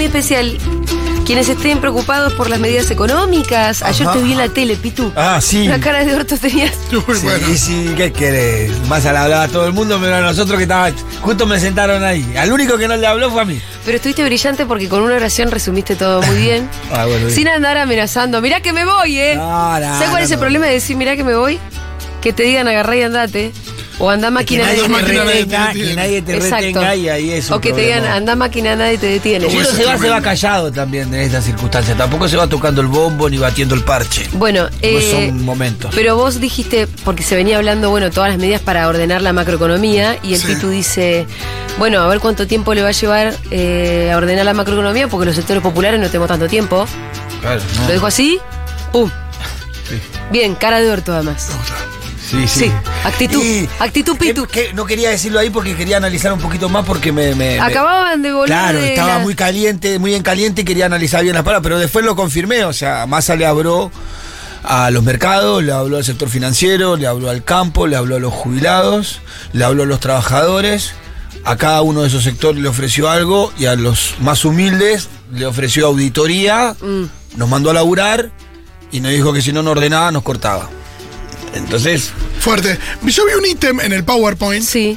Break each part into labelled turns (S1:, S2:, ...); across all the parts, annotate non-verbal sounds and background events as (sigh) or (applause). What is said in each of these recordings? S1: especial. Quienes estén preocupados por las medidas económicas. Ayer
S2: Ajá.
S1: te vi en la tele, Pitu.
S2: Ah, sí.
S1: La cara de orto tenías.
S2: Sí, y sí, ¿qué querés? Más al hablaba a todo el mundo, pero a nosotros que estaba. Justo me sentaron ahí. Al único que no le habló fue a mí.
S1: Pero estuviste brillante porque con una oración resumiste todo muy bien.
S2: Ah, bueno, bien.
S1: Sin andar amenazando. Mirá que me voy, ¿eh?
S2: No, no,
S1: ¿Sabes cuál
S2: no,
S1: es el
S2: no.
S1: problema de decir mirá que me voy? Que te digan agarrá y andate. O andá máquina
S2: nadie,
S1: nadie
S2: te
S1: te
S2: retenga,
S3: nadie
S2: que nadie te
S1: Exacto.
S2: retenga y ahí es un
S1: O que te
S2: problema.
S1: digan andá máquina nadie te detiene.
S2: Si uno
S3: Eso
S2: se va,
S3: es
S2: se va
S3: tremendo.
S2: callado también en estas circunstancias. Tampoco se va tocando el bombo ni batiendo el parche.
S1: Bueno,
S2: Pues
S1: eh,
S2: son momentos.
S1: Pero vos dijiste, porque se venía hablando, bueno, todas las medidas para ordenar la macroeconomía, y el
S3: Sí.
S1: Pitu dice, bueno, a ver cuánto tiempo le va a llevar eh, a ordenar la macroeconomía, porque los sectores populares no tenemos tanto tiempo.
S2: Claro, no.
S1: Lo dejo así, ¡pum! Bien, cara de orto además.
S2: Sí,
S1: Sí, actitud, actitud Pitu.
S2: eh, que no quería decirlo ahí porque quería analizar un poquito más porque me. me- me-
S1: Acababan de volver.
S2: Claro,
S1: de
S2: estaba
S1: la-
S2: muy caliente, muy en caliente y quería analizar bien las palabras, pero después lo confirmé, o sea, Massa le habló a los mercados, le habló al sector financiero, le habló al campo, le habló a los jubilados, le habló a los trabajadores, a cada uno de esos sectores le ofreció algo y a los más humildes le ofreció auditoría,
S1: Mm.
S2: nos mandó a laburar y nos dijo que si no nos ordenaba nos cortaba. Entonces,
S3: Fuerte. Este, Yo vi un ítem en el PowerPoint.
S1: Sí,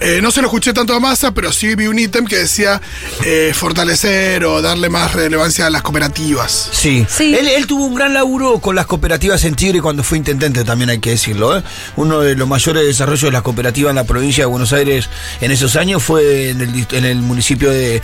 S3: Eh, no se lo escuché tanto a Massa, pero sí vi un ítem que decía eh, fortalecer o darle más relevancia a las cooperativas.
S2: Sí.
S1: Sí.
S2: Él, él tuvo un gran laburo con las cooperativas en Tigre cuando fue intendente, también hay que decirlo. ¿eh? Uno de los mayores desarrollos de las cooperativas en la provincia de Buenos Aires en esos años fue en el, dist- en el municipio de,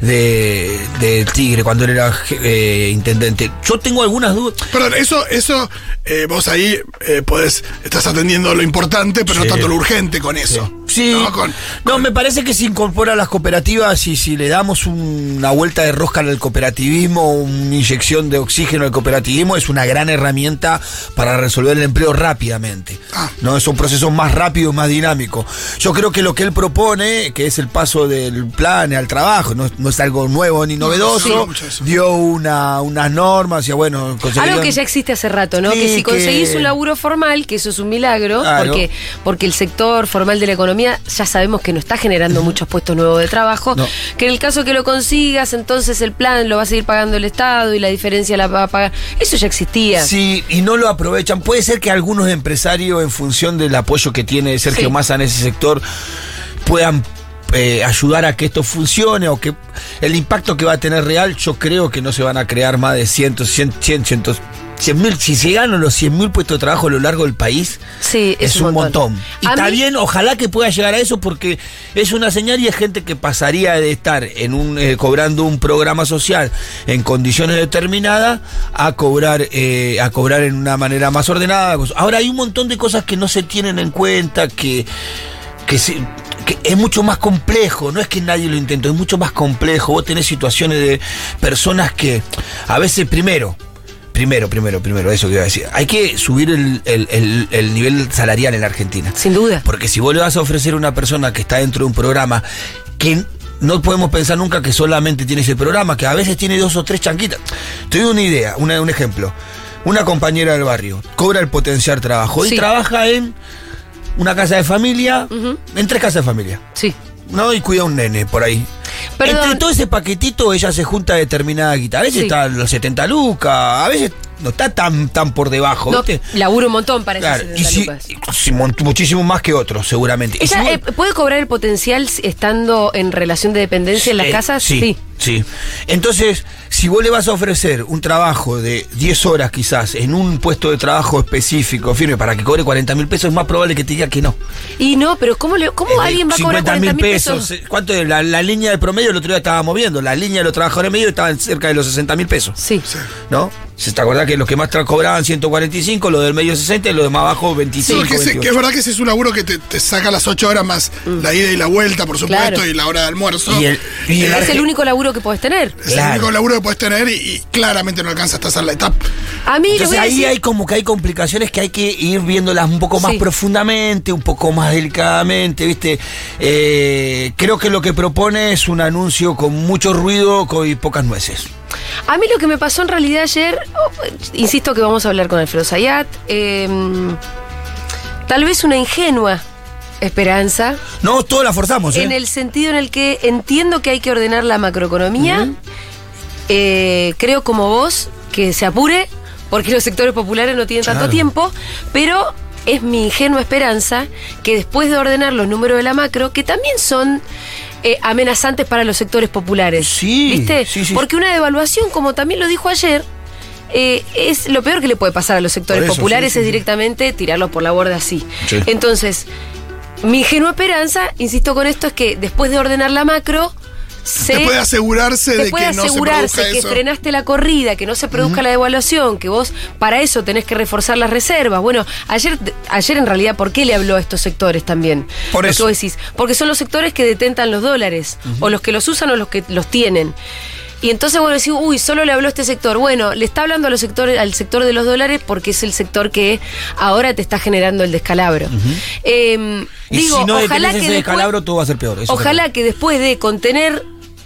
S2: de- de Tigre, cuando él era je- eh, intendente. Yo tengo algunas dudas.
S3: Perdón, eso, eso eh, vos ahí eh, podés, estás atendiendo lo importante, pero
S2: Sí.
S3: no tanto lo urgente con eso.
S2: Sí.
S3: No, con-
S2: No, me parece que se incorpora a las cooperativas y si le damos un- una vuelta de rosca al cooperativismo, una inyección de oxígeno al cooperativismo, es una gran herramienta para resolver el empleo rápidamente.
S3: Ah.
S2: ¿no? Es un proceso más rápido, más dinámico. Yo creo que lo que él propone, que es el paso del plan al trabajo, no, no es algo nuevo ni novedoso,
S3: no, mucho eso.
S2: dio una, unas normas y bueno,
S1: algo
S2: conseguirían-
S1: que ya existe hace rato, ¿no?
S2: Sí,
S1: que si
S2: que-
S1: conseguís un laburo formal, que eso es un milagro,
S2: Claro.
S1: porque, porque el sector formal de la economía ya sabemos que no está generando muchos puestos nuevos de trabajo,
S2: No.
S1: que en el caso que lo consigas, entonces el plan lo va a seguir pagando el Estado y la diferencia la va a pagar. Eso ya existía.
S2: Sí, y no lo aprovechan. Puede ser que algunos empresarios, en función del apoyo que tiene Sergio
S1: Sí.
S2: Massa en ese sector, puedan eh, ayudar a que esto funcione o que el impacto que va a tener real, yo creo que no se van a crear más de 100, 100, 100, 100, 100 mil. Si se ganan los 100 mil puestos de trabajo a lo largo del país,
S1: Sí,
S2: es, un montón. Y
S1: A
S2: está
S1: mí-
S2: bien, ojalá que pueda llegar a eso porque es una señal y es gente que pasaría de estar en un eh, cobrando un programa social en condiciones determinadas a cobrar eh, a cobrar en una manera más ordenada. Ahora hay un montón de cosas que no se tienen en cuenta que que se- que es mucho más complejo, no es que nadie lo intentó, es mucho más complejo. Vos tenés situaciones de personas que a veces primero, primero, primero, primero, eso que iba a decir, hay que subir el, el- el- el nivel salarial en la Argentina.
S1: Sin duda.
S2: Porque si vos le vas a ofrecer a una persona que está dentro de un programa que no podemos pensar nunca que solamente tiene ese programa, que a veces tiene dos o tres chanquitas. Te doy una idea, una- un ejemplo. Una compañera del barrio cobra el potenciar trabajo
S1: Sí.
S2: y trabaja en una casa de familia, en tres casas de familia.
S1: Sí.
S2: No, y cuida a un nene por ahí.
S1: Perdón.
S2: Entre todo ese paquetito, ella se junta determinada guita. A veces
S1: Sí.
S2: está los 70 lucas, a veces no está tan, tan por debajo,
S1: No,
S2: ¿viste?
S1: laburo un montón para
S2: Claro,
S1: esas
S2: y si-
S1: 70 lucas.
S2: y si mon- muchísimo más que otros, seguramente. Y si
S1: ¿Ella
S2: vos-
S1: eh, puede cobrar el potencial estando en relación de dependencia en las
S2: Eh,
S1: casas?
S2: Sí, sí. Entonces, si vos le vas a ofrecer un trabajo de 10 horas quizás en un puesto de trabajo específico, firme, para que cobre 40 mil pesos, es más probable que te diga que no.
S1: Y no, pero ¿cómo, le, cómo
S2: Eh,
S1: alguien va a cobrar
S2: 50.000
S1: 40 mil pesos?
S2: eh, ¿Cuánto es? La, la línea de promedio el otro día estábamos viendo. La línea de los trabajadores medios estaba en cerca de los 60 mil pesos.
S1: Sí.
S2: ¿No? ¿Se te acordás que los que más tra- cobraban 145, los del medio 60 y los de más abajo 25?
S3: No, que, se-
S2: 28?
S3: que es verdad que ese es un laburo que te, te saca las ocho horas más la ida y la vuelta, por supuesto,
S1: Mm. Claro.
S3: y la hora de almuerzo.
S2: Y el- y
S3: Eh,
S2: el
S1: Es
S2: Arge-
S1: el único laburo que podés tener.
S3: es el
S2: Claro.
S3: único laburo que puedes tener y, y claramente no alcanza hasta hacer la etapa.
S1: A mí les voy
S2: Entonces
S1: a
S2: ahí
S1: decir-
S2: hay como que hay complicaciones que hay que ir viéndolas un poco más
S1: Sí.
S2: profundamente, un poco más delicadamente, ¿viste? Eh, creo que lo que propone es un anuncio con mucho ruido co- y pocas nueces.
S1: A mí lo que me pasó en realidad ayer, oh, eh, insisto que vamos a hablar con Alfredo Zayat, eh, tal vez una ingenua esperanza,
S2: No, todos la forzamos, ¿eh?
S1: en el sentido en el que entiendo que hay que ordenar la macroeconomía, eh, creo como vos que se apure, porque los sectores populares no tienen
S2: Claro.
S1: tanto tiempo, pero es mi ingenua esperanza que después de ordenar los números de la macro, que también son eh, amenazantes para los sectores populares.
S2: Sí,
S1: ¿Viste?
S2: sí, sí.
S1: Porque una devaluación, como también lo dijo ayer, eh, es lo peor que le puede pasar a los sectores
S2: Por eso,
S1: populares
S2: sí, sí,
S1: es
S2: sí.
S1: directamente tirarlos por la borda así.
S2: Sí.
S1: Entonces, mi ingenua esperanza, insisto con esto, es que después de ordenar la macro, se
S3: Te puede asegurarse
S1: te
S3: de
S1: puede
S3: que no se
S1: asegurarse
S3: produzca
S1: que
S3: eso.
S1: frenaste la corrida, que no se produzca la devaluación, que vos para eso tenés que reforzar las reservas. Bueno, ayer, ayer en realidad, ¿por qué le habló a estos sectores también?
S2: Por
S1: Lo
S2: eso.
S1: que vos decís, porque son los sectores que detentan los dólares, o los que los usan o los que los tienen. Y entonces, bueno, decís, uy, solo le habló a este sector. Bueno, le está hablando a los sectores, al sector de los dólares porque es el sector que ahora te está generando el descalabro. Eh,
S2: Y
S1: digo,
S2: si no
S1: ojalá
S2: detenés
S1: que
S2: ese
S1: después-
S2: descalabro, todo va a ser peor. eso
S1: Ojalá
S2: está
S1: que después de contener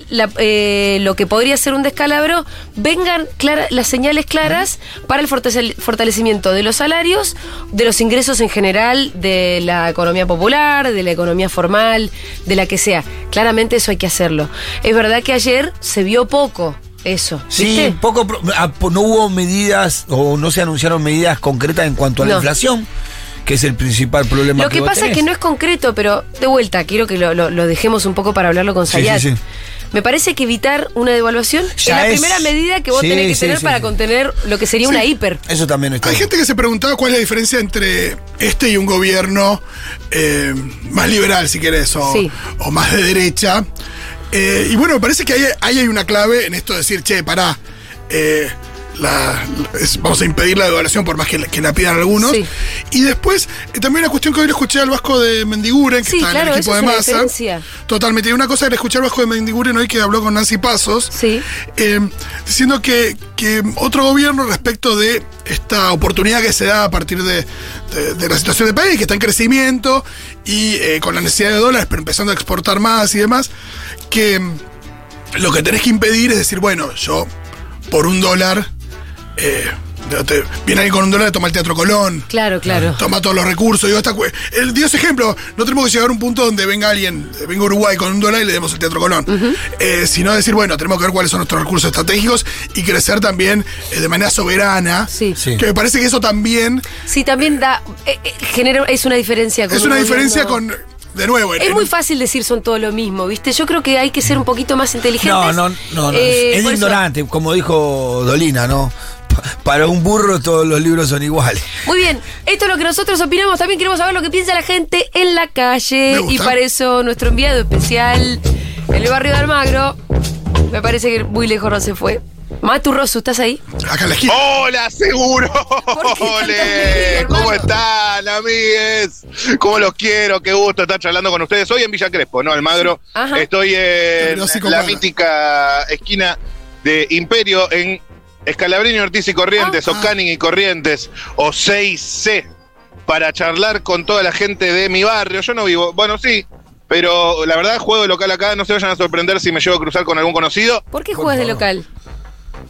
S1: la- eh, lo que podría ser un descalabro, vengan clara- las señales claras para el fortece- fortalecimiento de los salarios, de los ingresos en general, de la economía popular, de la economía formal, de la que sea. Claramente eso hay que hacerlo. Es verdad que ayer se vio poco eso.
S2: Sí,
S1: ¿viste?
S2: poco pro- ah, po- no hubo medidas o no se anunciaron medidas concretas en cuanto a la
S1: No.
S2: inflación, que es el principal problema.
S1: Lo que,
S2: vos
S1: pasa es
S2: tenés.
S1: que no es concreto, pero de vuelta, quiero que lo, lo- lo dejemos un poco para hablarlo con
S2: Sí,
S1: Sayat.
S2: sí, sí.
S1: Me parece que evitar una devaluación
S2: Ya
S1: es la
S2: es.
S1: primera medida que vos
S2: Sí,
S1: tenés que
S2: sí,
S1: tener
S2: sí,
S1: para
S2: sí.
S1: contener lo que sería una hiper.
S2: Eso también está.
S3: Hay
S2: bien.
S3: gente que se preguntaba cuál es la diferencia entre este y un gobierno eh, más liberal, si querés, o,
S1: Sí.
S3: o más de derecha. Eh, y bueno, me parece que ahí, ahí hay una clave en esto de decir, che, pará, eh, la- es- vamos a impedir la devaluación por más que, la- que la pidan algunos.
S1: Sí.
S3: Y después, eh, también una cuestión que hoy le escuché al Vasco de Mendiguren, que
S1: Sí,
S3: está en
S1: claro,
S3: el
S1: eso
S3: equipo de
S1: es una
S3: masa.
S1: diferencia.
S3: Totalmente. Y una cosa que le escuché al Vasco de Mendiguren hoy que habló con Nancy Pasos.
S1: Sí.
S3: Eh, diciendo que, que otro gobierno respecto de esta oportunidad que se da a partir de, de- de la situación del país, que está en crecimiento y eh, con la necesidad de dólares, pero empezando a exportar más y demás, que mm, lo que tenés que impedir es decir, bueno, yo por un dólar, eh, no te- viene alguien con un dólar, toma el Teatro Colón.
S1: Claro, claro.
S3: Ah, Toma todos los recursos. Digo, esta cue- él dio ese ejemplo. No tenemos que llegar a un punto donde venga alguien, eh, venga Uruguay con un dólar y le demos el Teatro Colón. Eh, sino decir, bueno, tenemos que ver cuáles son nuestros recursos estratégicos y crecer también eh, de manera soberana.
S1: Sí.
S2: Sí.
S3: Que me parece que eso también
S1: Sí, también da. eh, eh, genera, es una diferencia con
S3: es
S1: un
S3: una
S1: gobierno-
S3: diferencia con. De nuevo, en-
S1: Es
S3: en-
S1: muy fácil decir son todo lo mismo, ¿viste? Yo creo que hay que ser un poquito más
S2: No,
S1: inteligentes.
S2: no, no, no,
S1: Eh,
S2: es
S1: por eso-
S2: ignorante, como dijo Dolina, ¿no? Pa- Para un burro todos los libros son iguales.
S1: Muy bien, esto es lo que nosotros opinamos. También queremos saber lo que piensa la gente en la
S3: Me
S1: calle.
S3: gusta.
S1: Y para eso, nuestro enviado especial en el barrio de Almagro. Me parece que muy lejos no se fue. Matu Rosu, ¿estás ahí?
S3: acá en la esquina.
S4: ¡Hola, seguro!
S1: ¿Por qué tanta alegría,
S4: ¡Ole! ¿Cómo
S1: hermano?
S4: están, amigues? ¿Cómo los quiero? Qué gusto estar charlando con ustedes. Hoy en Villa Crespo, ¿no? Almagro.
S1: Ajá.
S4: Estoy en
S3: Pero sí,
S4: la
S3: compadre.
S4: mítica esquina de Imperio en Escalabrini, Ortiz y Corrientes,
S3: Ah.
S4: o Canning y Corrientes, o 6C, para charlar con toda la gente de mi barrio. Yo no vivo, bueno, sí, pero la verdad juego de local acá. No se vayan a sorprender si me llevo a cruzar con algún conocido.
S1: ¿Por qué
S2: Por
S1: juegas de
S2: favor.
S1: local?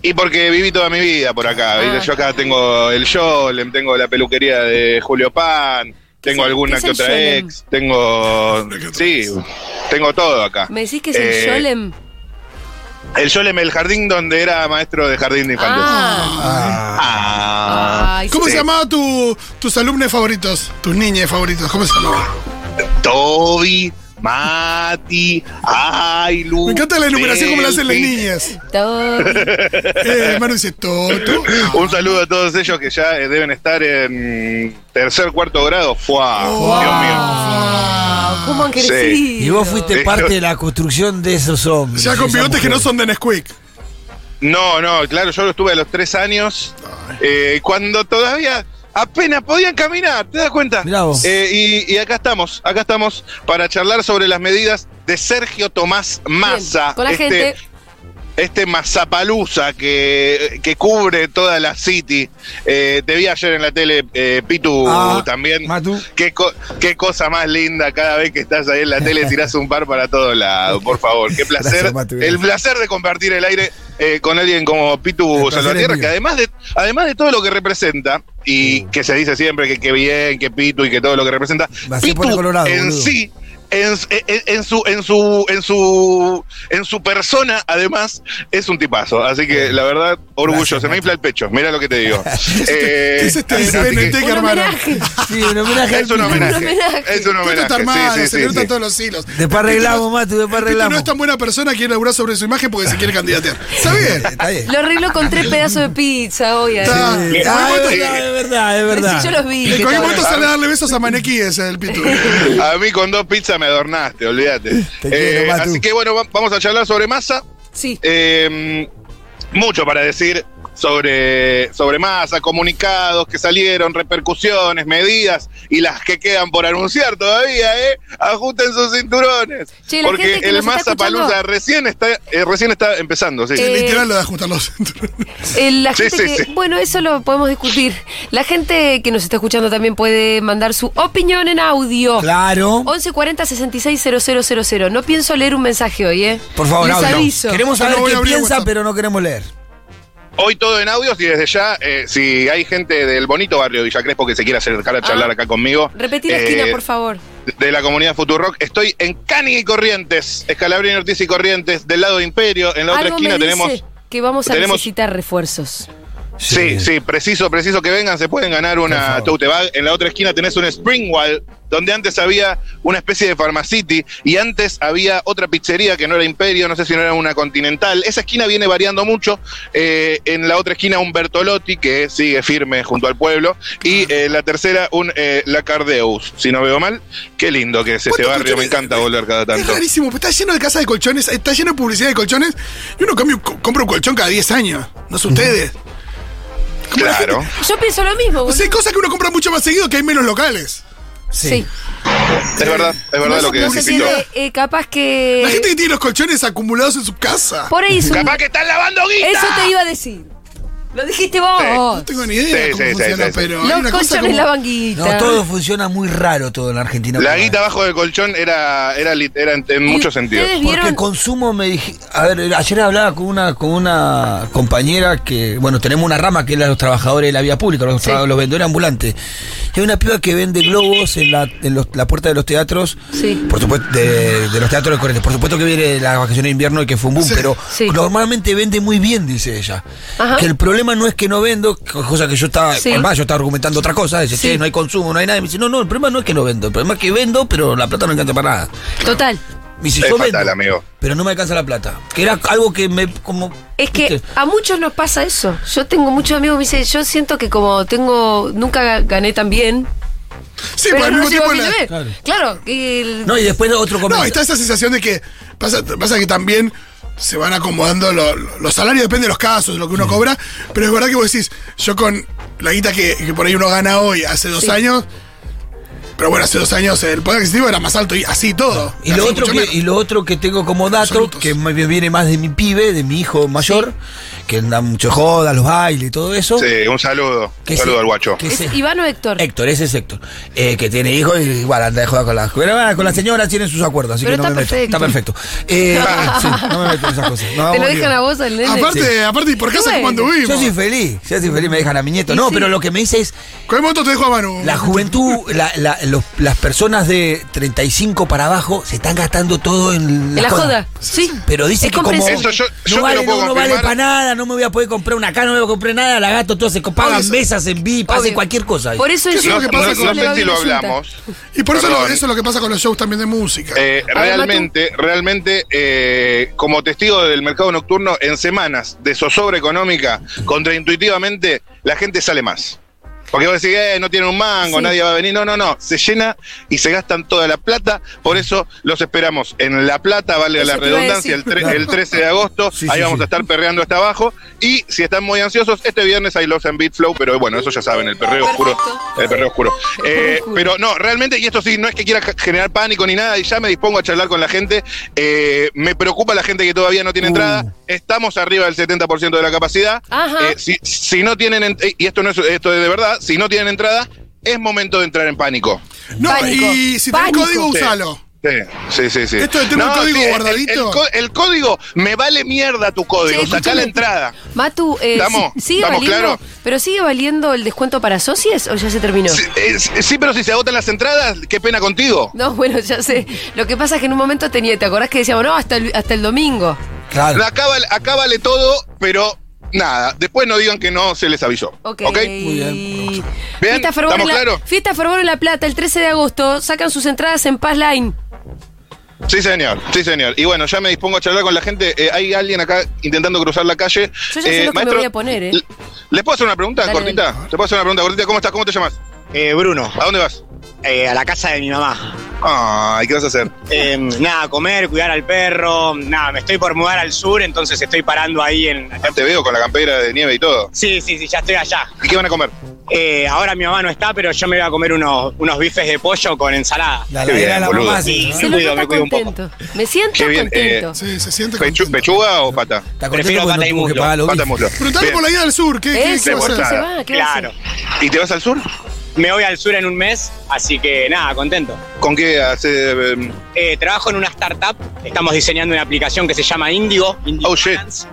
S4: Y porque viví toda mi vida por acá.
S1: Ah.
S4: Yo acá tengo el Yolem, tengo la peluquería de Julio Pan,
S1: ¿Qué
S4: tengo
S1: es el- qué
S4: alguna
S1: es
S4: que
S1: el
S4: otra
S1: Yolem?
S4: ex, tengo.
S3: ¿Qué otra
S4: Sí,
S3: ex?
S4: tengo todo acá.
S1: ¿Me decís que es
S4: Eh,
S1: el Yolem?
S4: El Yolem, el jardín donde era maestro de jardín de infantes.
S1: Ah.
S4: Ah.
S1: Ay,
S3: ¿Cómo
S1: sí.
S3: se llamaba tu, tus alumnos favoritos? Tus niñas favoritos. ¿Cómo se llamaba?
S4: Toby, Mati, Ay, Lu.
S3: Me encanta la enumeración como la hacen las
S4: Delphi.
S3: niñas.
S1: Todo-
S3: Eh, Manu dice, Toto.
S4: (laughs) Un saludo a todos ellos que ya eh, deben estar en tercer, cuarto grado. ¡Fua!
S3: Wow.
S4: Dios mío.
S1: Ah, ¿Cómo han
S4: Sí.
S1: crecido?
S2: Y vos fuiste
S4: Sí.
S2: parte de la construcción de esos hombres.
S3: Ya con
S2: esas
S3: bigotes que no
S2: mujeres.
S3: son de Nesquik.
S4: No, no, claro, yo lo estuve a los tres años, eh, cuando todavía apenas podían caminar, ¿te das cuenta?
S2: Mirá vos.
S4: Eh, y, y acá estamos, acá estamos para charlar sobre las medidas de Sergio Tomás Massa.
S1: Bien, con la
S4: este,
S1: gente.
S4: Este Mazapalusa que, que cubre toda la City. Eh, te vi ayer en la tele, eh, Pitu,
S2: Ah,
S4: también.
S2: Matu.
S4: Qué, co- qué cosa más linda cada vez que estás ahí en la
S2: (laughs)
S4: tele, tirás un par para todos lados, por favor. Qué placer.
S2: Gracias, Matu, gracias.
S4: el placer de compartir el aire eh, con alguien como Pitu
S2: El placer
S4: Salvatierra,
S2: es mío. Mm.
S4: que además de, además de todo lo que representa, y que se dice siempre que qué bien, que Pitu y que todo lo que representa,
S2: Me hacía
S4: Pitu
S2: poner colorado,
S4: en
S2: boludo.
S4: sí en, en- en su en su en su en su persona además es un tipazo así que la verdad orgullo
S2: Gracias,
S4: se me
S2: Nati.
S4: infla el pecho mira lo que te digo Eh,
S3: ¿Qué es este
S4: así que-
S3: PNT que
S1: Un
S3: armaron?
S1: homenaje.
S2: Sí, un homenaje. al
S4: es un
S2: Pitu.
S4: homenaje
S1: homenaje.
S4: es
S3: Pitu
S4: un
S3: está
S4: homenaje
S3: armado,
S4: sí, sí,
S3: se
S4: sí,
S3: cortan
S4: sí.
S3: todos los hilos.
S2: Después arreglamos, Mati, después
S3: El Pitu no
S2: arreglamos.
S3: es tan buena persona, quiere laburar sobre su imagen porque se quiere candidatear. Está bien.
S2: Está bien.
S1: Lo arregló con tres pedazos de pizza hoy.
S3: Está-
S1: además.
S3: en
S2: Ah,
S3: cualquier
S2: es
S4: eh,
S3: momento-
S2: verdad, es verdad, es verdad.
S1: Sí, yo los vi. que
S3: En cualquier
S1: estaban-
S3: momento sale a darle besos a manequíes el Pitu.
S4: (laughs) A mí con dos pizzas me adornaste, olvídate.
S2: Te quiero,
S4: Eh,
S2: Matu.
S4: así que bueno, va- vamos a charlar sobre masa.
S1: Sí.
S4: Eh, mucho para decir sobre, sobre masa, comunicados que salieron, repercusiones, medidas y las que quedan por anunciar todavía, ¿eh? Ajusten sus cinturones.
S1: Che, la
S4: porque
S1: gente que
S4: el
S1: nos está
S4: masa
S1: escuchando-
S4: palusa recién está, eh, recién está empezando, sí.
S1: Eh,
S3: Literal lo de ajustar los cinturones.
S1: Eh, la
S4: Sí,
S1: gente
S4: sí,
S1: que-
S4: sí.
S1: Bueno, eso lo podemos discutir. La gente que nos está escuchando también puede mandar su opinión en audio.
S2: Claro.
S1: 1140 660000. No pienso leer un mensaje hoy, ¿eh?
S2: Por favor,
S1: Les
S2: audio.
S1: aviso.
S2: Queremos
S3: Yo no
S2: saber
S3: voy a
S2: qué
S3: abrir
S2: piensa,
S3: WhatsApp.
S2: pero no queremos leer.
S4: Hoy todo en audios y desde ya, eh, si hay gente del bonito barrio Villa Crespo que se quiera acercar a charlar
S1: Ah.
S4: acá conmigo.
S1: Repetí la
S4: eh,
S1: esquina, por favor.
S4: de la comunidad Futurock. Estoy en Cani y Corrientes, Escalabrín Ortiz y Corrientes, del lado de Imperio. En la otra
S1: Algo me
S4: esquina
S1: dice
S4: tenemos.
S1: que vamos a
S4: tenemos-
S1: necesitar refuerzos.
S4: Sí, sí, preciso, preciso que vengan, se pueden ganar una
S2: favor.
S4: tote bag. En la otra esquina tenés un Springwall, donde antes había una especie de Pharmacity y antes había otra pizzería que no era Imperio, no sé si no era una Continental. Esa esquina viene variando mucho. Eh, en la otra esquina un Bertolotti, que sigue firme junto al pueblo.
S3: Ah.
S4: Y eh, la tercera un eh, La Cardeus, si no veo mal. Qué lindo que es ese
S3: ¿Cuántos
S4: barrio, me
S3: colchones?
S4: encanta volver cada
S3: Es
S4: tanto.
S3: rarísimo, porque está lleno de casas de colchones, está lleno de publicidad de colchones. Y uno cambia- co- compra un colchón cada 10 años. No sé ustedes. ¿Cómo la
S4: Claro.
S3: gente-
S1: Yo pienso lo mismo,
S3: O
S1: boludo.
S3: sea, hay cosas que uno compra mucho más seguido que hay menos locales.
S1: Sí.
S4: Es verdad, es verdad
S3: No
S4: lo
S3: se
S4: que
S1: No
S4: decís,
S1: sé
S3: necesito.
S1: si
S4: Pito.
S1: de- eh, capaz que.
S3: Ah. La gente que tiene los colchones acumulados en su casa.
S1: Por ahí es un-
S4: Capaz que están lavando guita.
S1: Eso te iba a decir. Lo dijiste vos.
S3: No tengo ni idea
S4: Sí,
S3: cómo
S4: sí, sí,
S3: funciona,
S4: sí, sí.
S3: pero. hay
S1: Los
S3: una cosa
S1: colchones
S3: como-
S1: la banguita.
S2: No, todo funciona muy raro todo en la Argentina.
S4: La guita abajo del colchón era, era, lit- era en, en
S1: ¿Y
S4: muchos sentidos.
S1: ustedes
S2: Porque
S1: vieron?
S2: consumo me dije, a ver, ayer hablaba con una con una compañera que, bueno, tenemos una rama que es la de los trabajadores de la vía pública, los,
S1: Sí.
S2: tra- los vendedores ambulantes. Y hay una piba que vende globos en la, en los- la puerta de los teatros,
S1: Sí.
S2: por supuesto, de, de los teatros de Corrientes. Por supuesto que viene la vacación de invierno y que fue un boom,
S3: Sí.
S2: pero
S1: Sí.
S2: normalmente vende muy bien, dice ella.
S1: Ajá.
S2: Que el problema no es que no vendo, cosa que yo estaba,
S1: Sí.
S2: además yo estaba argumentando otra cosa, dice,
S1: Sí.
S2: "Che, no hay consumo, no hay nada. Y me dice, no, no, el problema no es que no vendo, el problema es que vendo, pero la plata no encanta para nada.
S1: Total.
S2: Me dice,
S4: Es
S2: yo
S4: fatal,
S2: vendo,
S4: amigo.
S2: Pero no me alcanza la plata. Que era algo que me como.
S1: Es que
S2: ¿viste?
S1: a muchos nos pasa eso. Yo tengo muchos amigos que me dicen, yo siento que como tengo, nunca ga- gané tan bien.
S3: Sí, pero
S4: pues,
S1: pero
S3: al
S1: no
S3: mismo
S1: llego
S3: tiempo.
S1: a fin
S3: la-
S1: de mes.
S2: Claro.
S1: Claro. que el-
S2: No, y después otro
S3: No,
S2: comentario.
S3: está esa sensación de que pasa, pasa que también se van acomodando lo- lo- los salarios, depende de los casos, de lo que
S2: Mm.
S3: uno cobra, pero es verdad que vos decís, yo con la guita que, que por ahí uno gana hoy, hace dos años, pero bueno, hace dos años el poder adquisitivo era más alto y así todo.
S2: Y lo,
S3: Así
S2: otro
S3: mucho
S2: que,
S3: menos.
S2: y lo otro que tengo como dato,
S3: Absolutos.
S2: que me viene más de mi pibe, de mi hijo mayor, que anda mucho joda, los bailes y todo eso.
S4: Sí, un saludo.
S2: que
S4: Un saludo
S2: se-
S4: al guacho.
S2: que
S1: es
S2: se-
S1: Iván o Héctor.
S2: Héctor, ese es Héctor. Eh, que tiene hijos y igual anda de joda con las. Pero, ah, con las señoras tienen sus acuerdos, así que
S1: Pero
S2: no
S1: está
S2: me meto. Está
S1: perfecto.
S2: perfecto. Eh,
S4: (laughs)
S2: sí, no me meto en esas cosas. Nos
S1: Te
S2: vamos
S1: lo
S2: bien.
S1: dejan a vos al nene.
S3: Aparte, aparte, ¿y por casa como
S1: Bueno,
S3: anduvimos?
S2: Yo soy feliz, yo soy feliz, me dejan a mi nieto.
S1: Y
S2: No,
S1: sí.
S2: pero lo que me dice es,
S3: ¿Cuál momento te dejo a Manu?
S2: La juventud, la- la- los- las personas de 35 para abajo se están gastando todo en la,
S1: La joda. Sí.
S2: Pero dice
S1: Es
S2: que como
S1: comprensible.
S4: Eso yo-
S2: no
S4: yo te
S2: vale,
S4: lo puedo
S2: no, no vale
S4: confirmar.
S2: para nada, no me voy a poder comprar una acá, no me voy a comprar nada, la gasto todo, se co- pagan
S3: Obvio.
S2: mesas en VIP,
S1: obvio.
S2: hacen cualquier cosa. ahí.
S1: Por eso
S3: ¿Qué
S1: es
S3: es lo que pasa
S4: no,
S3: con
S4: no
S3: la
S4: sé si lo hablamos.
S3: Y por eso, lo-
S4: Perdón.
S3: eso es lo que pasa con los shows también de música.
S4: Eh,
S1: A ver,
S4: realmente, realmente, eh, como testigo del mercado nocturno, en semanas de zozobra económica, contraintuitivamente, la gente sale más. Porque vos decís, eh, no tienen un mango,
S1: Sí.
S4: nadie va a venir. No, no, no. Se llena y se gastan toda la plata. Por eso los esperamos en La Plata, vale
S1: Eso
S4: la
S1: te iba a
S4: redundancia, el,
S1: decir.
S4: tre- el 13 de agosto.
S2: Sí,
S4: ahí
S2: sí,
S4: vamos
S2: sí.
S4: a estar perreando hasta abajo. Y si están muy ansiosos, este viernes hay Los en Beat Flow. Pero bueno, eso ya saben, el perreo oscuro.
S1: Perfecto.
S4: El perreo oscuro.
S1: El perreo
S4: Eh,
S1: oscuro.
S4: pero pero no, realmente, y esto sí, no es que quiera generar pánico ni nada, y ya me dispongo a charlar con la gente. Eh, me preocupa la gente que todavía no tiene
S2: Uh.
S4: entrada. Estamos arriba del 70% de la capacidad.
S1: Ajá.
S4: Eh, si, si no tienen, ent- eh, y esto no es, esto es de verdad, si no tienen entrada, es momento de entrar en pánico.
S3: no,
S1: pánico,
S3: y si tenés
S1: pánico.
S3: código,
S4: Sí.
S3: usalo.
S4: Sí, sí, sí.
S3: Esto de tener un código
S4: el-
S3: guardadito.
S4: El, co- el código, me vale mierda tu código,
S1: Che,
S4: sacá
S1: escúchame.
S4: la entrada.
S1: Matu, eh,
S4: Estamos,
S1: si- sigue
S4: estamos
S1: valiendo,
S4: claro.
S1: pero sigue valiendo el descuento para socios o ya se terminó.
S4: Sí, eh, sí, pero si se agotan las entradas, qué pena contigo.
S1: No, bueno, ya sé. Lo que pasa es que en un momento tenía, ¿te acordás que decíamos, no, hasta el, hasta el domingo?
S2: Claro.
S4: Acábale, acábale todo, pero nada. Después no digan que no se les avisó.
S1: Ok.
S4: Ok.
S1: Muy bien.
S4: Bien,
S1: Fiesta Fervor, en
S4: ¿estamos
S1: la,
S4: claros?
S1: Fiesta Fervor en La Plata, el 13 de agosto. Sacan sus entradas en Paz Line.
S4: Sí, señor. Sí, señor. Y bueno, ya me dispongo a charlar con la gente. Eh, hay alguien acá intentando cruzar la calle.
S1: Yo ya sé lo que me voy a poner, ¿eh?
S4: ¿le- ¿Les puedo hacer una pregunta
S1: Dale,
S4: cortita? ¿Les puedo hacer una pregunta cortita? ¿Cómo estás? ¿Cómo te llamas?
S5: Eh, Bruno,
S4: ¿A dónde vas?
S5: eh, a la casa de mi mamá.
S4: Ay, ¿qué vas a hacer?
S5: Eh, nada, comer, cuidar al perro. Nada, me estoy por mudar al sur, entonces estoy parando ahí en.
S4: Ya te veo con la campera de nieve y todo.
S5: Sí, sí, sí, ya estoy allá.
S4: ¿Y qué van a comer?
S5: Eh, ahora mi mamá no está, pero yo me voy a comer unos, unos bifes de pollo con ensalada.
S2: La
S4: Qué
S2: ladera
S4: bien,
S2: de la
S4: boludo.
S2: mamá. sí,
S5: Y-
S2: ¿no?
S1: Se
S5: Me
S1: lo
S5: cuido,
S1: nota
S5: me cuido un poco.
S1: contento. Me siento
S4: Qué bien,
S1: contento.
S3: eh, Sí, se siente
S4: Pechu-
S3: contento.
S4: ¿Pechuga o pata?
S2: Está
S5: Prefiero
S2: contento porque
S5: pata
S2: no
S5: y
S2: tuvo que
S5: muslo,
S2: pagar lo
S4: Pata
S2: bici.
S4: muslo.
S3: Preguntale
S4: Bien.
S3: por la guía del sur, ¿qué, qué,
S1: Eso,
S3: qué va a
S1: ¿por qué se
S3: hacer?
S1: va? ¿Qué va a
S5: Claro.
S1: hacer?
S4: ¿Y te vas al sur?
S5: Me voy al sur en un mes, así que nada, contento.
S4: ¿Con qué hace? em,
S5: Eh, trabajo en una startup, estamos diseñando una aplicación que se llama Indigo. Indigo
S4: Oh, shit.
S5: Balance.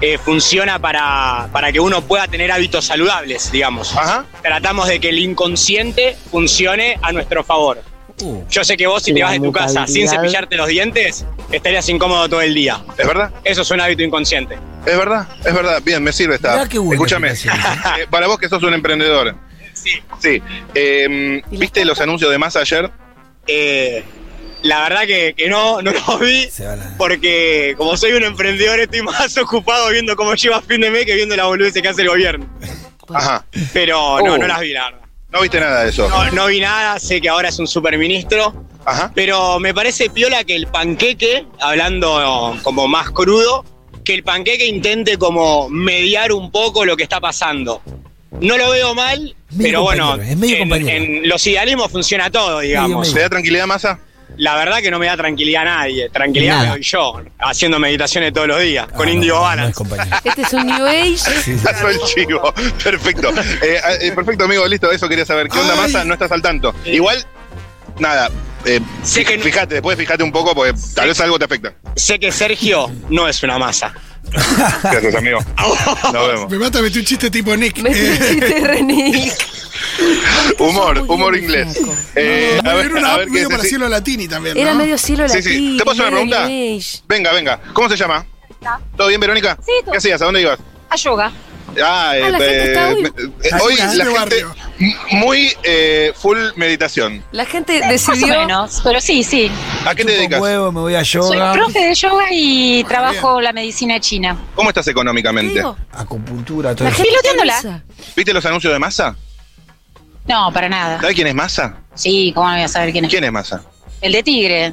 S5: Eh, funciona para, para que uno pueda tener hábitos saludables, digamos.
S4: Ajá.
S5: Tratamos de que el inconsciente funcione a nuestro favor.
S2: Uh,
S5: Yo sé que vos si te vas de tu casa sin cepillarte los dientes, estarías incómodo todo el día.
S4: ¿Es verdad?
S5: Eso es un hábito inconsciente.
S4: Es verdad, es verdad. Bien, me sirve esta.
S2: Mirá qué buena
S4: Escúchame,
S2: explicación.
S4: (laughs) eh, para vos que sos un emprendedor,
S5: Sí.
S4: sí. eh,
S1: ¿Y las
S4: ¿Viste los anuncios de Massa ayer?
S5: Eh, la verdad que, que no, (laughs) no los vi.
S2: se va la-
S5: Porque como soy un emprendedor estoy más (laughs) ocupado viendo cómo lleva fin de mes que viendo la boludez que hace el gobierno.
S4: Ajá.
S5: Pero no,
S4: Oh.
S5: no las vi, la verdad.
S4: No viste nada de eso.
S5: No, no vi nada, sé que ahora es un superministro.
S4: Ajá.
S5: Pero me parece piola que el panqueque, hablando como más crudo, que el panqueque intente como mediar un poco lo que está pasando. No lo veo mal,
S2: Medio
S5: pero bueno,
S2: compañero, es medio
S5: en,
S2: compañero.
S5: en los idealismos funciona todo, digamos.
S2: medio.
S4: ¿Te da tranquilidad, Massa?
S5: La verdad que no me da tranquilidad a nadie. Tranquilidad
S2: Nada.
S5: me doy yo, haciendo meditaciones todos los días,
S2: Ah,
S5: con
S2: no,
S5: Indio
S2: no, no
S5: Balas.
S2: es compañero.
S1: Este es un New Age.
S2: Sí, sí.
S4: (laughs) Pasó el chivo. Perfecto. Eh, eh, perfecto, amigo, listo. Eso quería saber. ¿Qué onda,
S3: Ay.
S4: Massa? No estás al tanto.
S5: Eh.
S4: Igual, nada. eh,
S5: Sé que no-
S4: fíjate, después fíjate un poco porque tal vez algo te
S3: (laughs)
S4: afecta.
S5: sé que Sergio no es una masa.
S4: Gracias,
S5: (laughs)
S4: amigo. Nos vemos.
S3: Me mata meter un chiste tipo Nick.
S1: Me
S3: Eh,
S1: hiciste
S3: (laughs)
S1: reír.
S4: Humor, humor
S1: muy bien,
S4: inglés.
S1: flaco.
S4: Eh, a ver,
S3: era una
S4: a
S3: app
S4: ver qué
S3: medio
S4: se-
S3: para cielo latini también. ¿no?
S1: Era medio cielo
S4: Sí,
S1: latino.
S4: sí. ¿Te puedo hacer una
S1: medio
S4: pregunta?
S1: New Age.
S4: Venga, venga. ¿Cómo se llama? ¿Todo bien, Verónica?
S6: Sí, todo.
S4: ¿Qué hacías? ¿A dónde ibas?
S6: a yoga.
S4: Ah, eh,
S1: la gente está hoy.
S4: eh, eh, hoy
S3: Algunas
S4: la
S3: de
S4: gente
S3: barrio.
S4: m- muy eh, full meditación.
S1: La gente
S6: Eh, Más o
S1: decidió.
S6: menos, pero sí, sí.
S4: ¿A qué te
S2: Chupo
S4: dedicas?
S2: un huevo, me voy a
S6: Soy
S2: yoga,
S6: profe de yoga y trabajo la medicina china.
S4: ¿Cómo estás
S1: ¿Qué
S4: económicamente?
S1: digo?
S2: acupuntura, todo
S1: La
S2: eso.
S1: gente
S6: Piloteándola.
S1: piensa.
S4: ¿Viste los anuncios de Massa?
S6: No, para nada.
S4: ¿Sabes quién es Massa?
S6: Sí, ¿cómo Ah. no voy a saber quién es?
S4: ¿Quién es Massa?
S6: El de Tigre.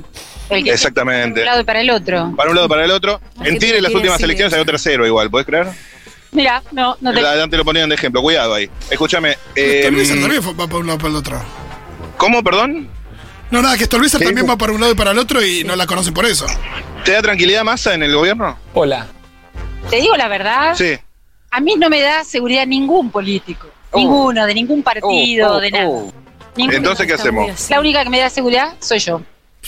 S6: El que para
S4: Exactamente.
S6: un lado y para el otro.
S4: Para un lado, para el otro.
S1: La
S4: En
S1: gente
S4: Tigre, en las
S1: quiere
S4: últimas
S1: decir
S4: elecciones,
S1: eso.
S4: salió tercero igual, ¿podés creer?
S6: Mirá, no, no te...
S4: La- Antes lo ponían de ejemplo, cuidado ahí. Escúchame. eh,
S3: Stolbizer también fue- va para un lado para el otro.
S4: ¿Cómo, perdón?
S3: No, nada, que Stolbizer
S4: Sí.
S3: también va para un lado y para el otro y no la conocen por eso.
S4: ¿Te da tranquilidad Massa en el gobierno?
S7: Hola.
S6: Te digo la verdad,
S4: Sí.
S6: a mí no me da seguridad ningún político.
S7: Oh.
S6: Ninguno, de ningún partido,
S7: Oh, oh,
S6: de nada.
S7: oh.
S6: Ninguno.
S4: Entonces, ¿qué
S1: Está muy
S4: hacemos?
S1: así.
S6: La única que me da seguridad soy yo.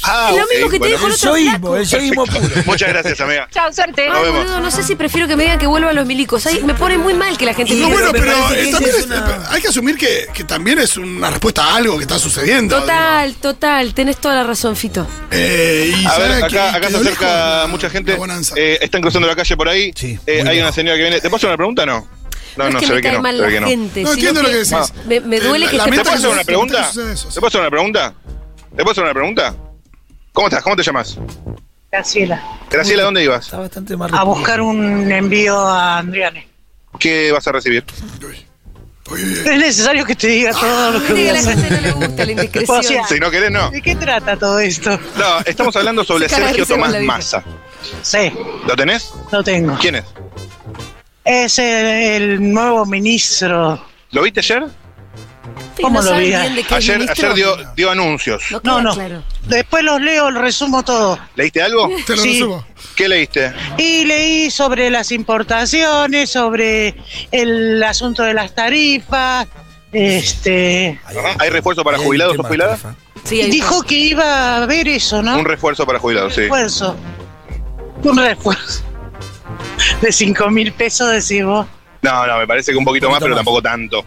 S4: Ah,
S1: Es lo
S4: ok,
S1: mismo que te
S4: bueno.
S1: dijo el
S2: El
S1: otro
S2: soísmo, el soísmo puro.
S4: Perfecto. Muchas gracias, amiga.
S6: Chao, suerte.
S1: Ay,
S4: vemos.
S1: boludo, no sé si prefiero que me digan que vuelva a los milicos. Ay, me pone muy mal que la gente
S3: Y
S1: diga
S3: bueno,
S1: que me
S3: pero
S1: parece que
S3: eh,
S1: esa
S3: también
S1: es
S3: es-
S1: una-
S3: hay que asumir que, que también es una respuesta a algo que está sucediendo.
S1: Total, total, tenés toda la razón, Fito.
S3: digo. Eh, y
S4: A
S3: ya
S4: ver,
S3: que-
S4: acá, acá se
S3: quedó lejos
S4: acerca
S3: la-
S4: mucha
S3: la
S4: gente.
S3: bonanza.
S4: Eh, están cruzando la calle por ahí.
S2: Sí,
S4: Eh,
S2: muy
S4: hay
S2: bien.
S4: una señora que viene. ¿Te paso una pregunta o no? No,
S1: es
S4: no,
S1: que
S4: se
S1: me
S4: ve que
S1: cae
S4: no.
S1: mal
S4: se ve que
S1: la
S4: no.
S1: gente.
S3: No
S1: sino
S3: entiendo lo que decís.
S1: Me, me
S3: Eh,
S1: duele
S3: la-
S1: que
S3: la
S1: te
S4: ¿Te
S3: meta
S4: puedo
S3: que
S4: hacer una
S3: se-
S4: pregunta?
S3: que se- eso, sí.
S4: ¿Te puedo hacer una pregunta? ¿Te puedo hacer una pregunta? ¿Cómo estás? ¿Cómo te llamas?
S8: Graciela,
S4: Graciela, ¿dónde ibas?
S2: Está bastante más
S8: a buscar un envío a Andriane.
S4: ¿Qué vas a recibir?
S8: Es necesario que te diga todo lo que voy
S1: Diga,
S8: a
S1: a la
S8: hacer.
S1: gente no le
S4: (laughs)
S1: gusta la indiscreción.
S8: O sea,
S4: Si no querés, no.
S8: ¿De qué trata todo esto?
S4: No, estamos hablando sobre
S1: Se caga de
S4: Sergio
S1: risa con
S4: Tomás
S1: la vida.
S4: Massa.
S8: Sí,
S4: ¿Lo tenés?
S8: lo tengo.
S4: ¿Quién es?
S8: Es el, el nuevo ministro.
S4: ¿Lo viste ayer?
S1: Y
S8: ¿Cómo
S1: no
S8: lo
S1: saben
S8: vi?
S1: bien de qué es
S4: Ayer,
S1: ministro.
S4: ayer dio, dio anuncios.
S1: No, queda
S8: No, no.
S1: claro.
S8: Después los leo, los resumo todo.
S4: ¿Leíste algo?
S3: Te lo
S8: Sí.
S3: resumo.
S4: ¿Qué leíste?
S8: Y leí sobre las importaciones, sobre el asunto de las tarifas, Este,
S4: Ajá, ¿hay refuerzo para
S2: Ahí hay
S4: jubilados
S2: un
S4: o
S2: tema,
S4: jubiladas?
S2: Rafa.
S1: Sí, ahí-
S8: dijo que iba a haber eso, ¿no?
S4: Un refuerzo para jubilados, sí.
S8: refuerzo. Un refuerzo. De 5 mil pesos, decís vos.
S4: No, no, me parece que un poquito
S2: Un
S4: más,
S2: poquito
S4: pero
S2: más.
S4: tampoco tanto.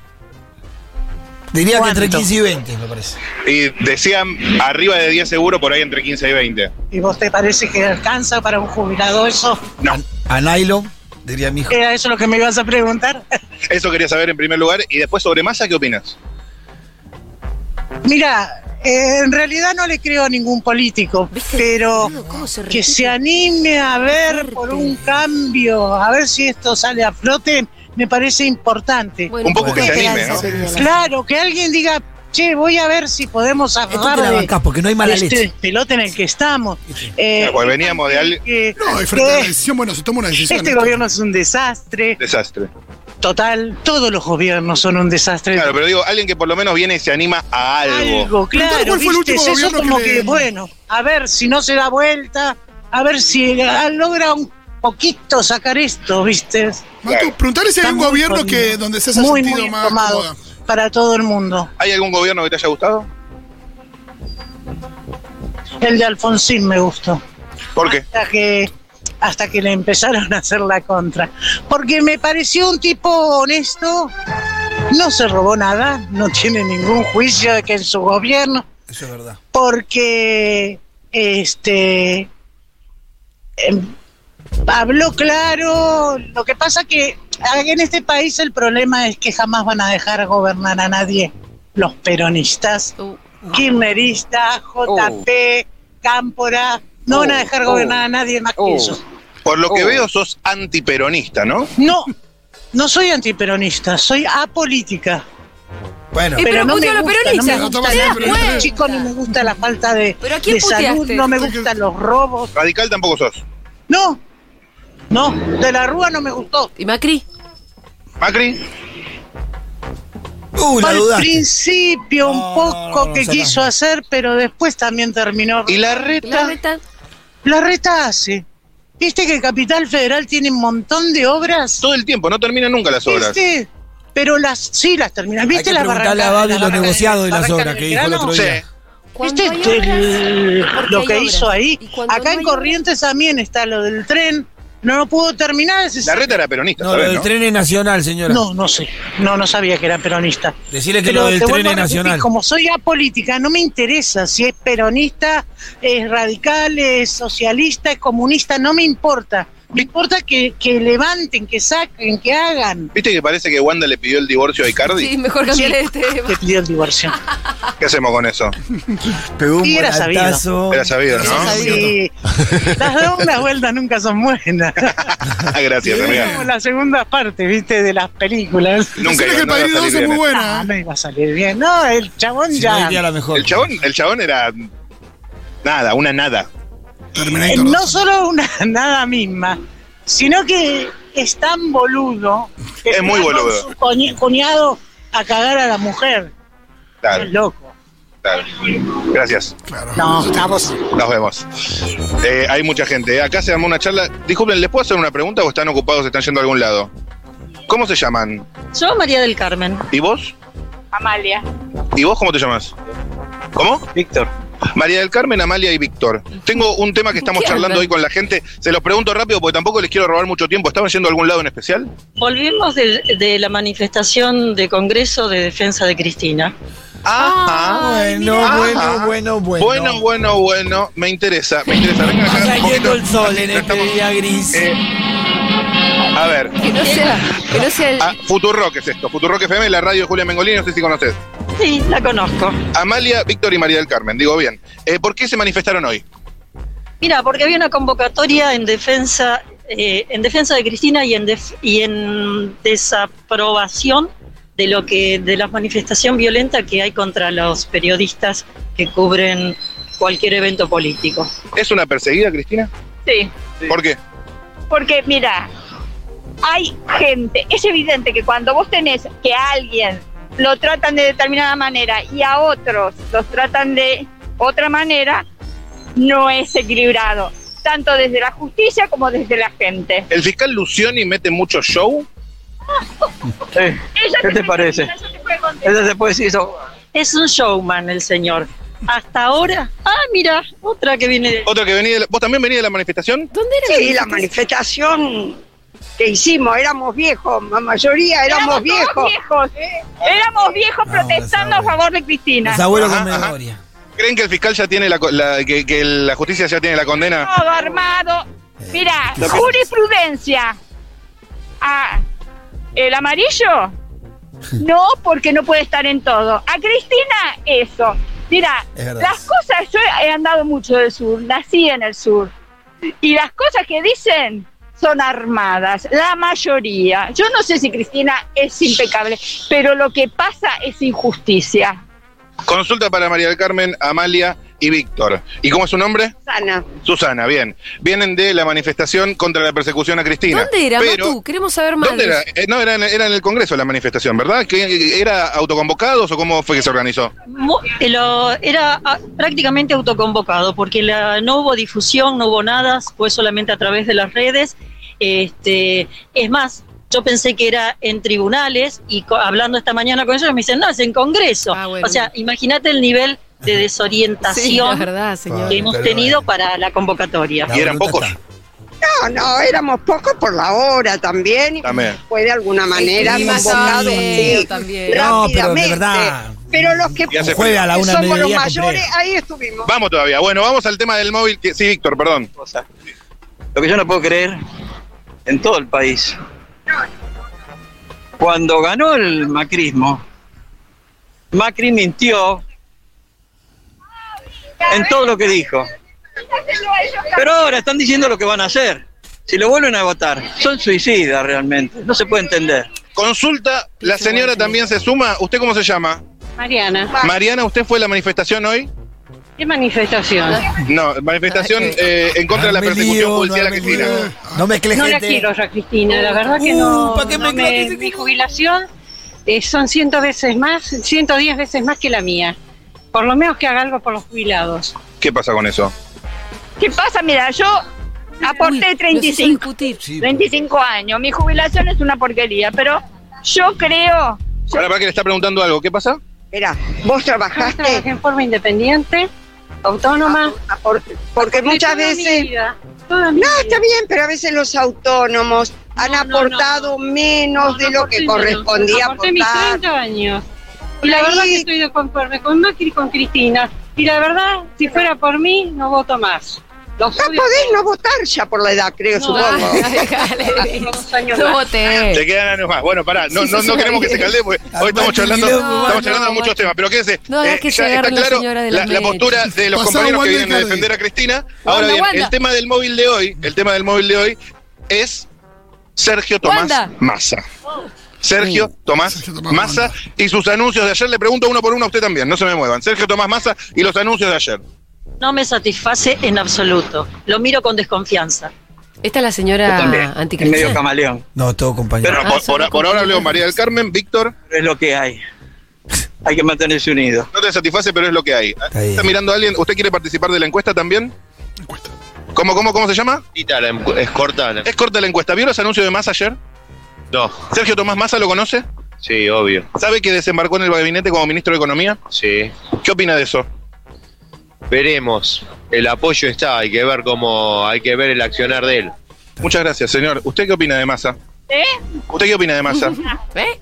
S2: Diría que entre
S8: ¿Cuánto?
S2: 15 y 20, me parece.
S4: Y decían arriba de 10 seguro, por ahí entre 15 y 20.
S8: ¿Y vos te parece que alcanza para un jubilado eso?
S4: No.
S2: A nylon, diría mi hijo.
S8: ¿Era eso lo que me ibas a preguntar?
S4: Eso quería saber en primer lugar. Y después sobre masa, ¿qué opinas?
S8: Mira, eh, en realidad no le creo a ningún político,
S1: ¿Viste?
S8: pero
S1: Boludo, ¿cómo se
S8: que
S1: repite?
S8: se anime a ver por un cambio, a ver si esto sale a flote, me parece importante.
S1: Bueno,
S4: Un poco
S1: bueno,
S4: que se anime,
S1: esperanza, Peña, la-
S8: Claro, que alguien diga, che, voy a ver si podemos
S2: Esto te
S8: afrontar
S2: la bancás porque no hay mala leche.
S8: este pelota en el que estamos. Eh,
S4: Claro, porque veníamos de al-
S8: que-
S3: No, y frente a la
S8: que
S3: decisión, bueno, se toma una decisión.
S8: este gobierno es un desastre
S4: Desastre.
S8: total. Todos los gobiernos son un desastre.
S4: Claro, pero digo, alguien que por lo menos viene y se anima a algo.
S8: algo, claro.
S3: Entonces, ¿cuál fue el
S8: ¿viste?
S3: último
S8: Es eso
S3: gobierno que
S8: como
S3: le-
S8: que, bueno, a ver si no se da vuelta, a ver si ah, logra un poquito sacar esto, ¿viste?
S3: Mato, preguntarle si hay
S8: Está
S3: un
S8: muy
S3: gobierno
S8: jodido.
S3: que donde se haya
S8: Muy,
S3: sentido
S8: muy
S3: más
S8: tomado
S3: cómoda.
S8: para todo el mundo.
S4: ¿Hay algún gobierno que te haya gustado?
S8: El de Alfonsín me gustó.
S4: ¿Por qué?
S8: hasta que hasta que le empezaron a hacer la contra. Porque me pareció un tipo honesto, no se robó nada, no tiene ningún juicio de que en su gobierno,
S2: Eso es verdad.
S8: porque este em, habló claro, lo que pasa que en este país el problema es que jamás van a dejar gobernar a nadie los peronistas
S1: Uh,
S8: Kirchnerista, JP,
S1: Oh.
S8: Cámpora, no
S2: Oh,
S8: van a dejar gobernar a nadie más que eso.
S4: Por lo que veo, sos antiperonista, ¿no?
S8: No, no soy antiperonista, soy apolítica.
S2: Bueno,
S1: Eh, pero
S8: no
S1: puteó
S8: me
S1: a los
S8: gusta,
S1: peronistas.
S8: no me
S3: gusta
S1: ¿Te
S3: la
S1: das
S3: peronista.
S1: cuenta?
S8: Chicos, no me gusta la falta de,
S1: ¿Pero a quién
S8: de salud,
S1: puteaste?
S8: no me gustan los robos.
S4: Radical tampoco sos.
S8: No, no, de la Rúa no me gustó.
S1: ¿Y Macri?
S4: Macri,
S2: uh, la
S8: Al
S2: duda.
S8: principio
S2: No,
S8: un poco
S2: no,
S8: que
S2: ya
S8: quiso
S2: no.
S8: hacer, pero después también terminó.
S4: y la
S1: ¿La
S4: reta.
S1: reta?
S8: La reta hace. Viste que Capital Federal tiene un montón de obras.
S4: Todo el tiempo, no terminan nunca las obras.
S8: ¿Viste? Pero las sí las terminas. ¿Viste
S2: Hay que
S8: la
S2: preguntarle
S8: barraca?
S2: a Babi
S8: la
S2: los
S8: barraca-
S2: negociados y las
S8: barraca
S2: obras que dijo el
S8: Belgrano?
S2: otro
S4: Sí.
S2: día.
S1: Cuando
S8: ¿Viste
S1: hay
S8: el-
S1: obras, porque
S8: lo
S1: hay
S8: que
S1: obras.
S8: hizo ahí?
S1: Y cuando no
S8: Acá
S1: hay
S8: en
S1: obras-
S8: Corrientes también está lo del tren. No lo pudo terminar. se-
S4: La reta era peronista,
S2: No, lo
S4: ¿sabés,
S2: del
S4: no?
S2: tren es nacional, señora.
S8: No, no sé. No, no sabía que era peronista.
S2: Decirle que
S8: Pero
S2: lo del
S8: te
S2: tren
S8: vuelvo a
S2: es
S8: repetir,
S2: nacional.
S8: Como soy apolítica, no me interesa si es peronista, es radical, es socialista, es comunista, no me importa. Me importa que, que levanten, que saquen, que hagan.
S4: ¿Viste que parece que Wanda le pidió el divorcio a Icardi?
S1: Sí, mejor cambiar de
S4: (laughs)
S1: tema.
S8: Te pidió el divorcio.
S4: ¿Qué hacemos con eso?
S2: Pegó un
S8: Y era sabido.
S2: volantazo.
S4: Era sabido, ¿no?
S2: Era sabido.
S4: (laughs)
S8: Sí. Las segundas vueltas nunca son buenas. (laughs)
S4: Ah, Gracias,
S8: Es como
S4: amiga.
S8: las segundas partes, viste, de las películas.
S4: Nunca
S3: Decirle
S4: iba,
S3: que el
S4: no iba a
S3: Padrino 2
S4: salir
S3: es muy
S4: bien.
S3: buena.
S8: Ah,
S3: ¿eh?
S8: no iba a salir bien. No, el chabón
S2: Si no,
S8: ya. eh,
S2: iría a la mejor.
S4: El chabón, el chabón era nada, una nada.
S8: eh,
S3: Terminator
S8: no
S3: 2.
S8: solo una nada misma, sino que es tan boludo. que
S4: Es muy
S8: va con
S4: boludo.
S8: su cuñ- cuñado a cagar a la mujer.
S4: Claro,
S8: Es loco.
S4: claro. Gracias.
S3: Claro.
S8: No, estamos.
S4: Nos vemos. Eh, hay mucha gente. Acá se armó una charla. Disculpen, ¿les puedo hacer una pregunta o están ocupados, están yendo a algún lado? ¿Cómo se llaman?
S7: Yo, María del Carmen.
S4: ¿Y vos?
S6: Amalia.
S4: ¿Y vos cómo te llamas? ¿Cómo?
S5: Víctor.
S4: María del Carmen, Amalia y Víctor. Tengo un tema que estamos
S1: ¿Qué
S4: charlando
S1: andan?
S4: hoy con la gente. Se los pregunto rápido porque tampoco les quiero robar mucho tiempo. ¿Estaban yendo a algún lado en especial?
S7: Volvimos de, de la manifestación de Congreso de Defensa de Cristina.
S3: Ah,
S4: Ajá.
S2: Bueno,
S4: Ajá.
S2: bueno, bueno, bueno.
S4: Bueno, bueno, bueno. Me interesa, me interesa. Vengan
S2: Está
S4: acá un
S2: saliendo
S4: poquito.
S2: el sol en este
S4: Estamos-
S2: día gris.
S4: Eh, a ver,
S1: Que no sea, que no sea el-
S4: ah, Futurock es esto. Futurock FM, la radio de Julia Mengolini, no sé si conoces.
S7: Sí, la conozco.
S4: Amalia, Víctor y María del Carmen, digo bien. Eh, ¿Por qué se manifestaron hoy?
S7: Mira, porque había una convocatoria en defensa, eh, en defensa de Cristina y en, def- y en desaprobación de lo que de la manifestación violenta que hay contra los periodistas que cubren cualquier evento político.
S4: ¿Es una perseguida, Cristina?
S9: Sí,
S4: ¿Por qué?
S9: porque mira, hay gente, es evidente que cuando vos tenés que a alguien lo tratan de determinada manera y a otros los tratan de otra manera, no es equilibrado, tanto desde la justicia como desde la gente.
S4: ¿El fiscal Lucioni mete mucho show?
S10: Eh,
S9: Ella
S10: ¿Qué te
S9: termina,
S10: parece?
S9: ella te puede contestar.
S10: Ella se puede decir eso.
S7: Es un showman el señor. Hasta ahora. Ah, mira, otra que viene de.
S4: Otra que venía, de la- ¿vos también venís de la manifestación?
S3: ¿Dónde era?
S10: Sí, la manifestación que hicimos, éramos viejos, la mayoría éramos,
S9: todos
S10: viejos.
S9: viejos. Éramos viejos
S2: No,
S9: protestando a
S2: desahogo.
S9: favor de Cristina.
S2: Los abuelos
S4: Ajá,
S2: con
S4: ajá.
S2: memoria.
S4: ¿Creen que el fiscal ya tiene la, co- la- que, que la justicia ya tiene la condena?
S9: Todo armado.
S2: Eh,
S9: Mira,
S4: Lo que-
S9: jurisprudencia. Ah, ¿El amarillo?
S2: (laughs)
S9: No, porque no puede estar en todo. A Cristina, eso. Mira,
S2: Es verdad.
S9: las cosas, yo he andado mucho del sur, nací en el sur. Y las cosas que dicen son armadas, la mayoría. Yo no sé si Cristina es impecable, pero lo que pasa es injusticia.
S4: Consulta para María del Carmen, Amalia y Víctor. ¿Y cómo es su nombre?
S10: Sana.
S4: Susana, bien. Vienen de la manifestación contra la persecución a Cristina.
S3: ¿Dónde era,
S4: Pero-
S3: Matu? Queremos saber más.
S4: ¿Dónde era? Eh, no, era en, era en el Congreso la manifestación, ¿verdad? ¿Que, ¿Era autoconvocados o cómo fue que se organizó?
S7: Mu- eh, lo- era ah, prácticamente autoconvocado porque la- no hubo difusión, no hubo nada, fue solamente a través de las redes. Este, es más, yo pensé que era en tribunales y co- hablando esta mañana con ellos me dicen, no, es en Congreso.
S3: Ah, bueno.
S7: O sea, imagínate el nivel
S3: (laughs)
S7: de
S3: Sí, la
S7: desorientación
S3: verdad, señor.
S7: que hemos
S2: Pero,
S7: tenido
S2: eh,
S7: para la convocatoria.
S2: la
S4: Y eran
S2: voluntad
S4: pocos.
S2: está.
S10: No, no, éramos pocos por la hora también.
S4: También.
S10: Fue de alguna manera
S3: clima estaba
S10: convocado
S3: feo
S10: sí,
S3: también.
S2: No, pero de
S10: rápidamente.
S2: verdad.
S10: Pero los que
S4: Y hace
S2: Juega a la
S10: que
S2: una
S10: somos los
S2: mediodía
S10: mayores,
S2: completo.
S10: ahí estuvimos.
S4: Vamos todavía. Bueno, vamos al tema del móvil. que- Sí, Víctor, perdón.
S11: cosa. Lo que yo no puedo creer en todo el país. Cuando ganó el macrismo, Macri mintió en todo lo que dijo. Pero ahora están diciendo lo que van a hacer. Si lo vuelven a votar, son suicidas realmente. No se puede entender.
S4: Consulta, la señora también se suma. ¿Usted cómo se llama?
S12: Mariana,
S4: Mariana, ¿usted fue a la manifestación hoy?
S12: ¿qué manifestación?
S4: No, manifestación eh, en contra de la
S2: No me
S4: persecución
S2: lío, no
S4: policial a
S2: me
S4: Cristina.
S2: lío. No mezcles
S12: No la
S2: gente.
S12: quiero yo a Cristina, la verdad que
S2: Uh,
S12: no.
S2: ¿pa' qué
S12: no
S2: me-
S12: me- mi jubilación eh, son 100 veces más, 110 veces más que la mía. Por lo menos que haga algo por los jubilados.
S4: ¿Qué pasa con eso?
S9: ¿Qué pasa? Mira, yo
S3: Uy,
S9: aporté
S3: los hizo
S9: 35,
S3: discutir.
S2: Sí,
S9: 25 años. Mi jubilación es una porquería, pero yo creo. yo-
S4: Ahora para que le está preguntando algo. ¿Qué pasa?
S10: Mirá, vos
S12: Yo trabajé
S10: trabajaste
S12: en forma independiente, autónoma.
S10: por- porque
S12: de
S10: muchas
S12: toda mi
S10: veces
S12: vida, toda mi
S10: No,
S12: vida.
S10: está bien, pero a veces los autónomos han
S12: No, no,
S10: aportado menos
S12: No,
S10: de
S12: no
S10: lo que
S12: aporté
S10: correspondía
S12: nada. Aporté mis
S10: aportar.
S12: 30 años. Y la
S10: Ahí-
S12: verdad que estoy de conforme con Macri y con Cristina. Y la verdad, si fuera por mí, no voto más. Los
S10: No
S12: odio
S10: podés no votar ya por la edad, creo,
S12: No, (laughs)
S10: supongo.
S12: todos los años
S3: No
S12: más.
S3: voté.
S4: Te quedan años más. Bueno, pará, no,
S3: Sí,
S4: no,
S3: sí,
S4: no
S3: sí,
S4: queremos
S3: sí.
S4: que se calde, porque hoy estamos charlando,
S3: quilombo,
S4: estamos
S3: no,
S4: charlando de
S3: no,
S4: muchos
S3: guacho.
S4: temas. Pero quédense,
S3: No hagas que
S4: ya
S3: llegar
S4: está
S3: la
S4: claro
S3: señora de
S4: la,
S3: las
S4: la
S3: mechas.
S4: postura de los
S13: Pasá,
S4: compañeros que
S13: Wanda y
S4: vienen a
S13: Cardi.
S4: defender a Cristina. Ahora
S3: Wanda,
S4: bien,
S3: Wanda.
S4: el tema del móvil de hoy, el tema del móvil de hoy es Sergio Tomás
S3: Wanda.
S4: Massa. Sergio Tomás
S13: Sergio Tomás
S4: Massa
S13: Wanda.
S4: y sus anuncios de ayer. Le pregunto uno por uno a usted también, no se me muevan. Sergio Tomás Massa y los anuncios de ayer.
S7: No me satisface en absoluto. Lo miro con desconfianza.
S3: Esta
S11: Yo
S3: es la
S11: también.
S3: señora
S11: Es medio
S3: anticristiana.
S11: camaleón.
S2: No, todo compañero.
S4: Pero
S3: Ah,
S4: por,
S3: son
S4: por- por ahora hablé con María del Carmen, Víctor.
S11: pero es lo que hay. Hay que mantenerse unidos.
S4: No te satisface, pero es lo que hay.
S2: Está bien.
S4: ¿Está mirando a alguien? ¿Usted quiere participar de la encuesta también?
S13: Encuesta.
S4: ¿Cómo, cómo, cómo se llama?
S11: Es corta.
S4: Es corta la encuesta. ¿Vio los anuncios de Massa ayer?
S11: No.
S4: ¿Sergio Tomás Massa lo conoce?
S11: Sí, obvio.
S4: ¿Sabe que desembarcó en el gabinete como ministro de Economía?
S11: Sí.
S4: ¿Qué opina de eso?
S11: Veremos. El apoyo está, hay que ver cómo, hay que ver el accionar de él.
S4: Muchas gracias, señor. ¿Usted qué opina de Massa?
S9: ¿Eh?
S4: ¿Usted qué opina
S3: (laughs)
S4: de Massa?
S3: ¿Eh?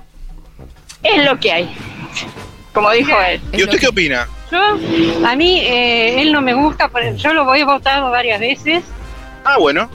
S9: Es lo que hay. Como dijo él.
S3: Es
S4: ¿Y
S3: lo
S4: usted qué
S3: que-
S4: opina?
S12: Yo, a mí, eh, él no me gusta, pero yo lo he votado varias veces,
S4: Ah, bueno.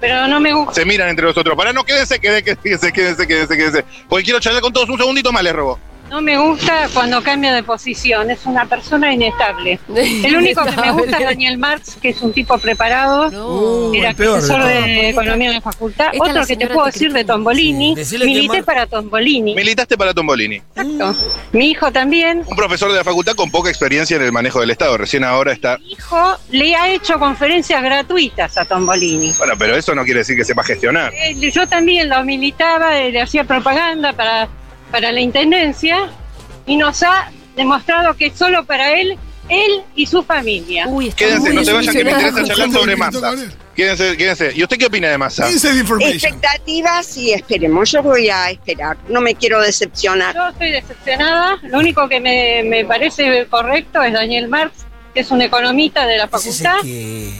S12: pero no me gusta.
S4: Se miran entre los otros. Para no, quédense, quédense, quédense, quédense, quédense, quédense. Porque quiero charlar con todos un segundito más, les robo.
S12: No me gusta cuando cambia de posición, es una
S3: (laughs)
S12: persona inestable. El único que me gusta es Daniel Marx, que es un tipo preparado,
S3: No.
S12: Era
S2: Uh, el peor de
S12: profesor de,
S2: todos.
S12: economía en la facultad.
S3: Esta es la
S12: Otro que te
S3: señora
S12: puedo
S3: que
S12: decir de
S3: critica.
S12: Tombolini.
S2: Sí, decile que
S12: Milité
S2: Mar- Mm.
S12: para Tombolini.
S4: Militaste para Tombolini.
S12: Exacto. Mi hijo también.
S4: Un profesor de la facultad con poca experiencia en el manejo del Estado. Recién ahora está.
S12: Mi hijo le ha hecho conferencias gratuitas a Tombolini.
S4: Bueno, pero eso no quiere decir que sepa gestionar.
S7: Eh,
S12: Él- Yo también lo militaba, eh, le hacía propaganda para, para la intendencia y nos ha demostrado que solo para él
S10: él y su familia.
S1: Uy,
S4: Quédense, no se vayan, que me interesa charlar sobre
S3: Benito
S4: masa. Quédense, quédense. ¿Y usted qué opina de masa?
S12: Este
S10: Expectativas y esperemos, yo voy a esperar, no me quiero decepcionar.
S7: Yo estoy decepcionada. Lo único que me, me parece correcto es Daniel Marx, que es un economista de la facultad. Y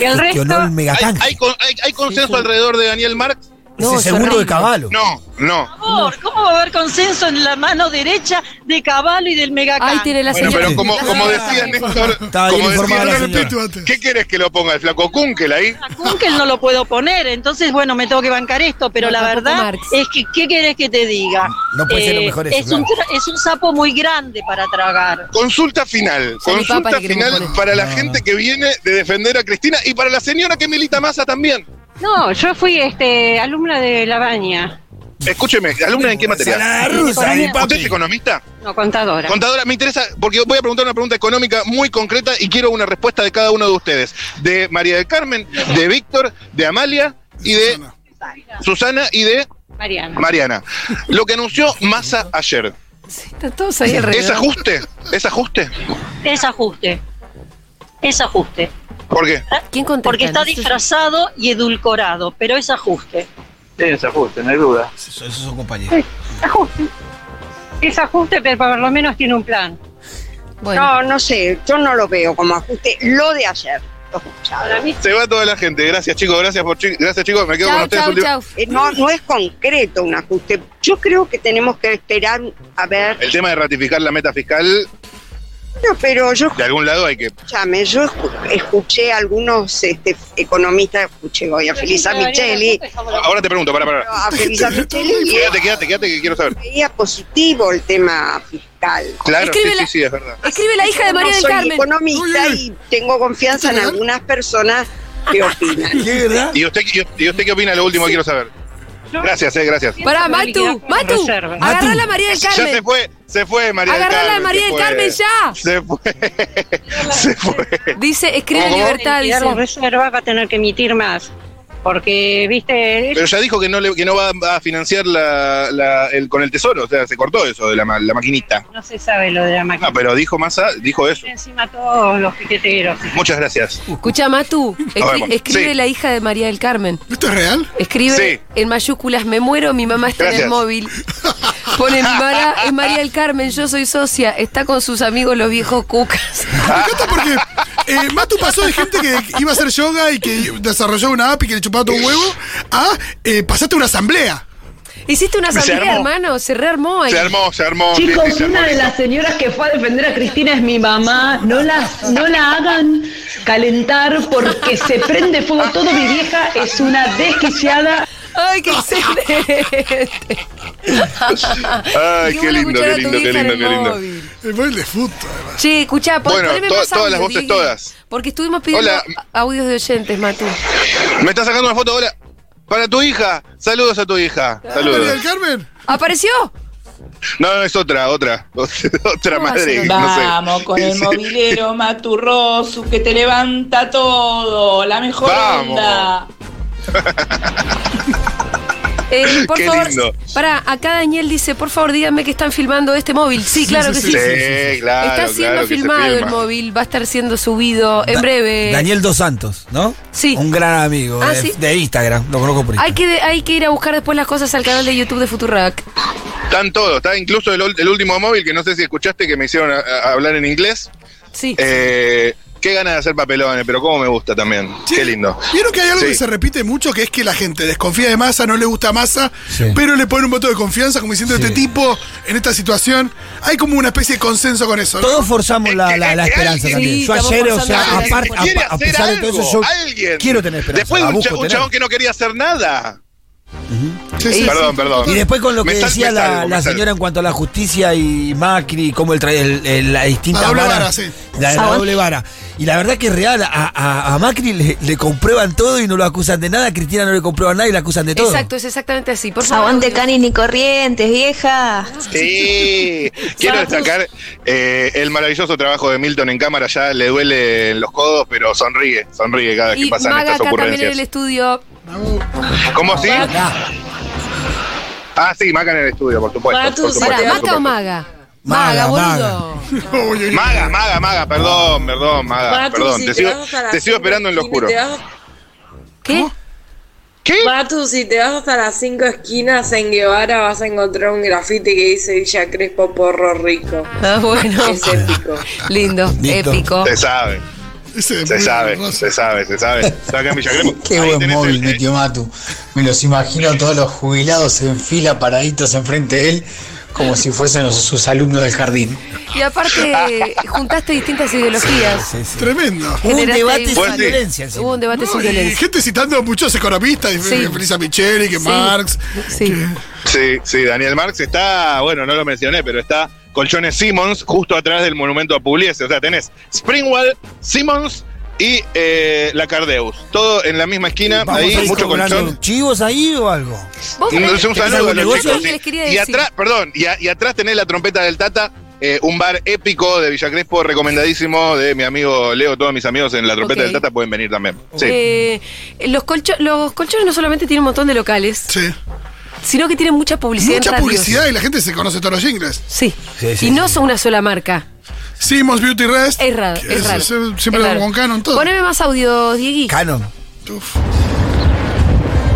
S7: el resto.
S2: Gestionó el
S4: ¿Hay,
S2: megatanque.
S4: hay con- hay- hay consenso alrededor de Daniel Marx?
S2: Ese segundo de Caballo.
S4: No, no.
S7: Por favor, ¿Cómo va a haber consenso en la mano derecha de Caballo y del Megacán?
S1: Ahí tiene la
S4: Bueno,
S1: señal.
S4: pero como, como
S1: Ah.
S4: decía Néstor,
S2: Estaba bien
S4: como
S2: informada
S4: decía-
S2: la señora.
S4: ¿qué querés que lo ponga el flaco Kunkel ahí?
S7: A Kunkel no lo puedo poner, entonces bueno, me tengo que bancar esto, pero
S1: No,
S7: la
S1: tampoco
S7: verdad
S1: Marx.
S7: es que, ¿qué querés que te diga? Eh,
S2: No puede ser lo mejor eso,
S7: es, un, tra- es un sapo muy grande para tragar.
S4: Consulta final,
S1: Son mi papa
S4: consulta
S1: que queremos
S4: final
S1: poner.
S4: para la
S2: No,
S4: gente que viene de defender a Cristina y para la señora que milita masa también.
S10: No, yo fui este alumna de La Baña,
S4: Escúcheme, alumna, ¿en qué materia?
S2: Ensalada rusa, ahí,
S4: ¿Usted es
S2: papi.
S4: economista?
S10: no contadora.
S4: Contadora, me interesa, porque voy a preguntar una pregunta económica muy concreta y quiero una respuesta de cada uno de ustedes. De María del Carmen, de Víctor, de Amalia y de Susana y de
S10: Mariana.
S4: Mariana. Lo que anunció Massa ayer.
S1: Están todos ahí alrededor.
S4: ¿Es ajuste? ¿Es ajuste?
S7: Es ajuste. Es ajuste.
S4: ¿Por qué?
S1: ¿Quién contesta?
S7: Porque
S1: este
S7: está
S1: No sé si-
S7: disfrazado y edulcorado, pero es ajuste.
S11: Es ajuste, no hay duda.
S2: Esos esos son compañeros.
S10: Ajuste.
S7: Es ajuste, pero por lo menos tiene un plan.
S1: Bueno,
S10: No, no sé, yo no lo veo como ajuste. Lo de ayer, lo escuchaba.
S4: Se va toda la gente. Gracias, chicos. Gracias, por chi- gracias chicos. Me quedo con
S1: chau,
S4: ustedes.
S1: chau, chau.
S4: último-
S10: Eh, No, no es concreto un ajuste. Yo creo que tenemos que esperar a ver.
S4: El tema de ratificar la meta fiscal,
S10: No, pero yo
S4: de algún lado hay que.
S10: escúchame, yo escu- escuché a algunos este, economistas, escuché hoy a Felisa Micheli,
S4: Ahora te pregunto, para, para.
S10: a Felisa Micheli
S4: (laughs)
S10: y
S4: Quédate, quédate, quédate, que quiero saber.
S10: veía positivo el tema fiscal.
S4: Claro, sí,
S1: Escribe la-
S4: sí, sí, es verdad.
S1: Escribe la hija de
S10: Yo no
S1: María del
S10: soy
S1: Carmen.
S10: economista y tengo confianza en algunas personas que opinan.
S2: ¿Qué verdad?
S4: ¿Y usted, y- y usted qué opina? Lo último que quiero saber. Gracias, eh, gracias.
S1: Pará, Ah, Matu, Matu,
S7: reserva.
S1: agarrá la María del
S4: Ya se
S1: Carmen.
S4: fue, se fue María del
S1: Agarrá
S4: Carmen.
S1: la María
S4: se
S1: del
S4: fue.
S1: Carmen ya.
S4: Se fue. Se fue.
S1: Dice, escribe
S4: ¿Cómo, cómo?
S1: libertad, dice.
S7: la reserva va a tener que emitir más. Porque, viste,
S4: Pero ya dijo que no, le, que no va a financiar la, la- el, con el tesoro. O sea, se cortó eso de la, ma- la maquinita.
S7: no se sabe lo de la
S4: No,
S7: máquina.
S4: pero dijo Massa, dijo eso.
S7: Encima todos los piqueteros.
S4: Muchas gracias.
S1: Escucha, Matu, escri-
S4: vemos.
S1: escribe
S4: Sí.
S1: la hija de María del Carmen.
S3: ¿Esto es real?
S1: Escribe
S4: Sí.
S1: en mayúsculas, me muero, mi mamá está en el
S4: Gracias.
S1: móvil. Pone mi mamá, es María del Carmen, yo soy socia, está con sus amigos los viejos cucas.
S3: Me encanta porque eh, Matu pasó de gente que iba a hacer yoga y que desarrolló una app y que le chupaba todo un huevo a eh, pasaste una asamblea.
S1: Hiciste una
S4: Se
S1: asamblea,
S4: armó.
S1: hermano, se rearmó ahí.
S4: Se armó, se armó. sí, sí,
S14: Chicos,
S4: se
S14: una
S4: armó.
S14: de las señoras que fue a defender a Cristina es mi mamá. No, las, no la hagan calentar porque se prende fuego todo. Mi vieja es una desquiciada. (laughs)
S1: Ay, qué excelente.
S4: Ay,
S1: Y
S4: qué
S1: uno
S4: lindo,
S1: escuchar a
S4: qué
S1: tu
S4: lindo, qué
S1: hija en
S4: lindo,
S1: el
S4: qué lindo.
S1: móvil.
S3: El móvil de fútbol, además.
S1: Che, escuchá, pon-
S4: Bueno,
S1: poneme
S4: to-
S1: más
S4: todas
S1: audios,
S4: las voces,
S1: Dieguito,
S4: todas.
S1: Porque estuvimos pidiendo
S4: Hola.
S1: a- audios de oyentes, Matu.
S4: Me está sacando una foto, hola. Para tu hija, saludos a tu hija.
S3: María del
S4: Saludos.
S3: Carmen.
S1: ¿Apareció?
S4: No, no, es otra, otra. (laughs) Otra
S1: ¿Cómo
S4: madre.
S1: hacen?
S4: No sé.
S14: Vamos con el
S4: Sí.
S14: mobilero maturroso que te levanta todo. La mejor
S4: Vamos.
S14: onda.
S4: (coughs)
S1: Eh, por
S4: Qué
S1: favor,
S4: lindo.
S1: pará, acá Daniel dice, por favor, díganme que están filmando este móvil. Sí, claro que sí.
S4: Sí, claro.
S1: Está siendo
S4: claro que se
S1: filmado el
S4: filma.
S1: móvil, va a estar siendo subido en breve.
S2: Daniel Dos Santos, ¿no?
S1: Eh, Sí.
S2: Un gran amigo
S1: Ah,
S2: de,
S1: sí.
S2: de Instagram. Lo conozco por
S1: Hay
S2: Instagram.
S1: que, hay que ir a buscar después las cosas al canal de YouTube de Futurak.
S4: Están todos, está incluso el, ol- el último móvil que no sé si escuchaste que me hicieron a- a hablar en inglés.
S1: Sí.
S4: Eh, qué ganas de hacer papelones, pero cómo me gusta también. Qué lindo.
S3: Vieron que hay algo
S4: Sí.
S3: que se repite mucho, que es que la gente desconfía de masa, no le gusta masa,
S2: Sí.
S3: pero le ponen un voto de confianza, como diciendo
S2: Sí.
S3: este tipo, en esta situación. Hay como una especie de consenso con eso. ¿no?
S2: Todos forzamos la, la- la
S4: Sí,
S2: esperanza también. Yo
S1: estamos
S2: ayer, o
S1: forzando
S2: sea,
S1: la
S2: aparte,
S1: esperanza.
S4: Quiere
S2: a, a
S4: hacer
S2: pesar de todo
S4: algo,
S2: eso, yo
S4: alguien.
S2: quiero tener esperanza.
S4: Después
S2: la
S4: un, cha-
S2: busco
S4: un
S2: tener.
S4: chabón que no quería hacer nada.
S3: Sí, sí.
S4: Perdón, perdón.
S2: Y después con lo que
S4: Me sal-
S2: decía
S4: me
S2: la,
S4: salgo,
S2: la
S4: me salgo.
S2: señora en cuanto a la justicia y Macri, como el, tra- el- el- la distinta
S3: La doble
S2: vara,
S3: vara, sí.
S2: la, la doble vara. Y la verdad que es real, a, a- a Macri le, le comprueban todo y no lo acusan de nada, a Cristina no le comprueban nada y la acusan de todo.
S1: Exacto, es exactamente así. Por favor.
S14: Aguante Cani ni Corrientes, vieja.
S2: (laughs)
S4: Sí, quiero destacar eh, el maravilloso trabajo de Milton en cámara. Ya le duele en los codos, pero sonríe, sonríe cada vez
S1: Y
S4: que pasan
S1: Maga
S4: estas
S1: acá también en el
S4: ocurrencias.
S1: estudio.
S4: ¿Cómo así?
S1: Maga.
S2: Ah,
S4: Ah, sí, Maca en el estudio, por supuesto.
S14: Matu,
S4: por
S1: Pará,
S4: supuesto, por
S1: ¿Maca o
S4: supuesto.
S1: Maga? Maga, (laughs)
S4: boludo. Maga, maga, maga, perdón, perdón, maga,
S15: Batu,
S4: Ah,
S15: si
S4: perdón. te
S15: te
S4: sigo,
S15: vas para
S4: te sigo
S15: siempre,
S4: esperando en lo
S15: si
S4: oscuro.
S15: te vas-
S1: ¿Qué?
S15: ¿Qué? Batu, si te vas hasta las cinco esquinas en Guevara vas a encontrar un grafiti que dice Villa Crespo Porro Rico.
S1: Ah,
S15: (laughs)
S1: bueno.
S15: Es épico.
S1: Lindo, épico.
S4: Se sabe. Se sabe, se sabe, se sabe. Está acá en
S2: (laughs)
S4: Villa Crespo.
S16: Qué buen móvil, mi tío Matu. Me los imagino a todos los jubilados en fila paraditos enfrente de él, como si fuesen los- sus alumnos del jardín.
S1: Y
S4: (laughs)
S1: aparte, juntaste distintas ideologías.
S3: Tremendo.
S1: Generaste ahí un- Hubo un debate
S3: No,
S1: sin
S3: y
S1: violencia.
S3: gente citando a muchos economistas, y
S1: Sí.
S3: Felisa Micheli, que
S1: Sí.
S3: Marx.
S4: Sí, sí, Daniel Marx está, bueno, no lo mencioné, pero está Colchones Simmons justo atrás del monumento a Pugliese. O sea, tenés Springwall, Simmons y eh, la Cardeus. Todo en la misma esquina,
S2: ¿Vamos
S4: ahí,
S2: a ir
S4: mucho
S2: cobrando
S4: colchón.
S2: chivos ahí o algo?
S1: Vos
S4: No,
S1: tenés-
S4: es un
S1: tenés
S4: saludo a
S1: algún
S4: los
S1: negocio
S4: chicos,
S1: que
S4: sí.
S1: les quería
S4: Y
S1: decir.
S4: atrás, perdón, y, a- y atrás tenés la trompeta del Tata, eh, un bar épico de Villa Crespo, recomendadísimo de mi amigo Leo. Todos mis amigos en la trompeta
S1: Ok.
S4: del Tata pueden venir también. Sí.
S1: Eh, los, colcho- los colchones no solamente tienen un montón de locales, sino que tienen mucha publicidad. en
S3: Mucha
S1: radios.
S3: publicidad y la gente se conoce todos los jingles.
S1: Sí.
S3: Sí, sí,
S1: y no son una sola marca.
S3: Simmons Beauty Rest.
S1: Es raro,
S3: que
S1: es raro.
S3: Siempre
S1: es raro.
S3: con Canon todo.
S1: Poneme más audio, Diegui.
S2: Canon.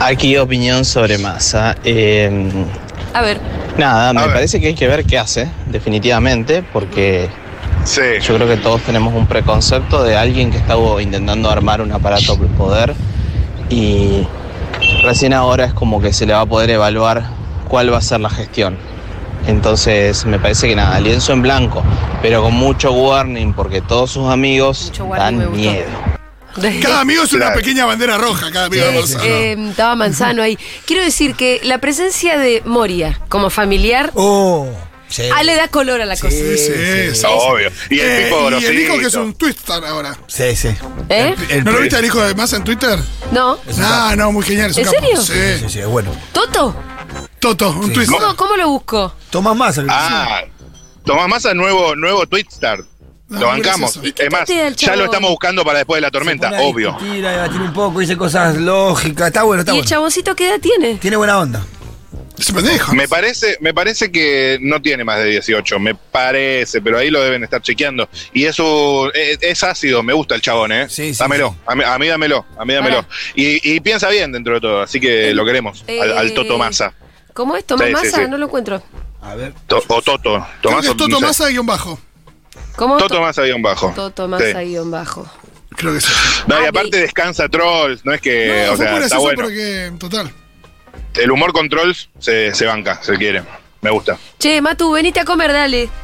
S17: Aquí opinión sobre masa.
S1: A ver.
S17: nada, me parece que hay que ver qué hace, definitivamente, porque yo creo que todos tenemos un preconcepto de alguien que está intentando armar un aparato de poder y recién ahora es como que se le va a poder evaluar cuál va a ser la gestión. Entonces me parece que nada, lienzo en blanco, pero con mucho warning porque todos sus amigos dan miedo.
S3: Cada amigo es una
S17: Claro.
S3: pequeña bandera roja, cada amigo de
S1: Eh,
S3: Gonzalo.
S1: eh, estaba manzano ahí. Quiero decir que la presencia de Moria como familiar ah, le da color a la cosa.
S4: Es Obvio. Y el
S3: Eh,
S4: tipo
S3: y el hijo que es
S4: grosito.
S3: un twister ahora.
S2: Sí, sí.
S1: ¿Eh?
S3: ¿No lo viste al hijo de Massa en Twitter?
S1: No.
S3: Ah, no, muy genial. es un
S1: ¿En
S3: capo.
S1: serio?
S3: Sí.
S2: Sí, sí, es bueno.
S1: ¿Toto?
S3: Toto, un
S4: Twitter.
S1: ¿Cómo, cómo lo busco?
S2: Tomás Massa.
S4: Ah, Tomás Massa, nuevo, nuevo Twitstar.
S3: Ah,
S2: no
S4: Lo bancamos.
S2: es eso.
S4: Es más,
S2: Quítate al
S4: ya lo
S2: chabón.
S4: estamos buscando para después de la tormenta,
S2: Pone a
S4: obvio.
S2: discutir, a debatir un poco, dice cosas lógicas. Está bueno, está
S1: ¿Y el
S2: bueno.
S1: chaboncito qué edad tiene?
S2: Tiene buena onda.
S4: Me parece, me parece que no tiene más de 18, me parece, pero ahí lo deben estar chequeando. Y eso es, es ácido, me gusta el chabón, ¿eh? dámelo, A, mí, a mí dámelo, a mí dámelo. Y, y piensa bien dentro de todo, así que lo queremos, al, al
S1: eh,
S4: Toto Massa.
S1: ¿Cómo es? ¿Tomás
S4: Sí, sí,
S1: Massa?
S4: sí.
S1: No lo encuentro.
S4: To- o Toto.
S3: Creo
S4: Tomás,
S3: que es Toto Massa guión bajo.
S1: ¿Cómo?
S4: Toto Massa guión bajo.
S1: Toto
S4: Sí.
S1: Massa guión bajo.
S3: Creo que sí.
S4: No,
S2: Ah,
S4: y aparte descansa Trolls, no es que,
S3: No,
S4: Eh, o
S3: fue
S4: sea,
S3: por
S4: está
S3: eso
S4: bueno.
S3: porque, total.
S4: El humor con Trolls se, se banca, se quiere. Me gusta.
S1: Che, Matu, venite a comer, dale.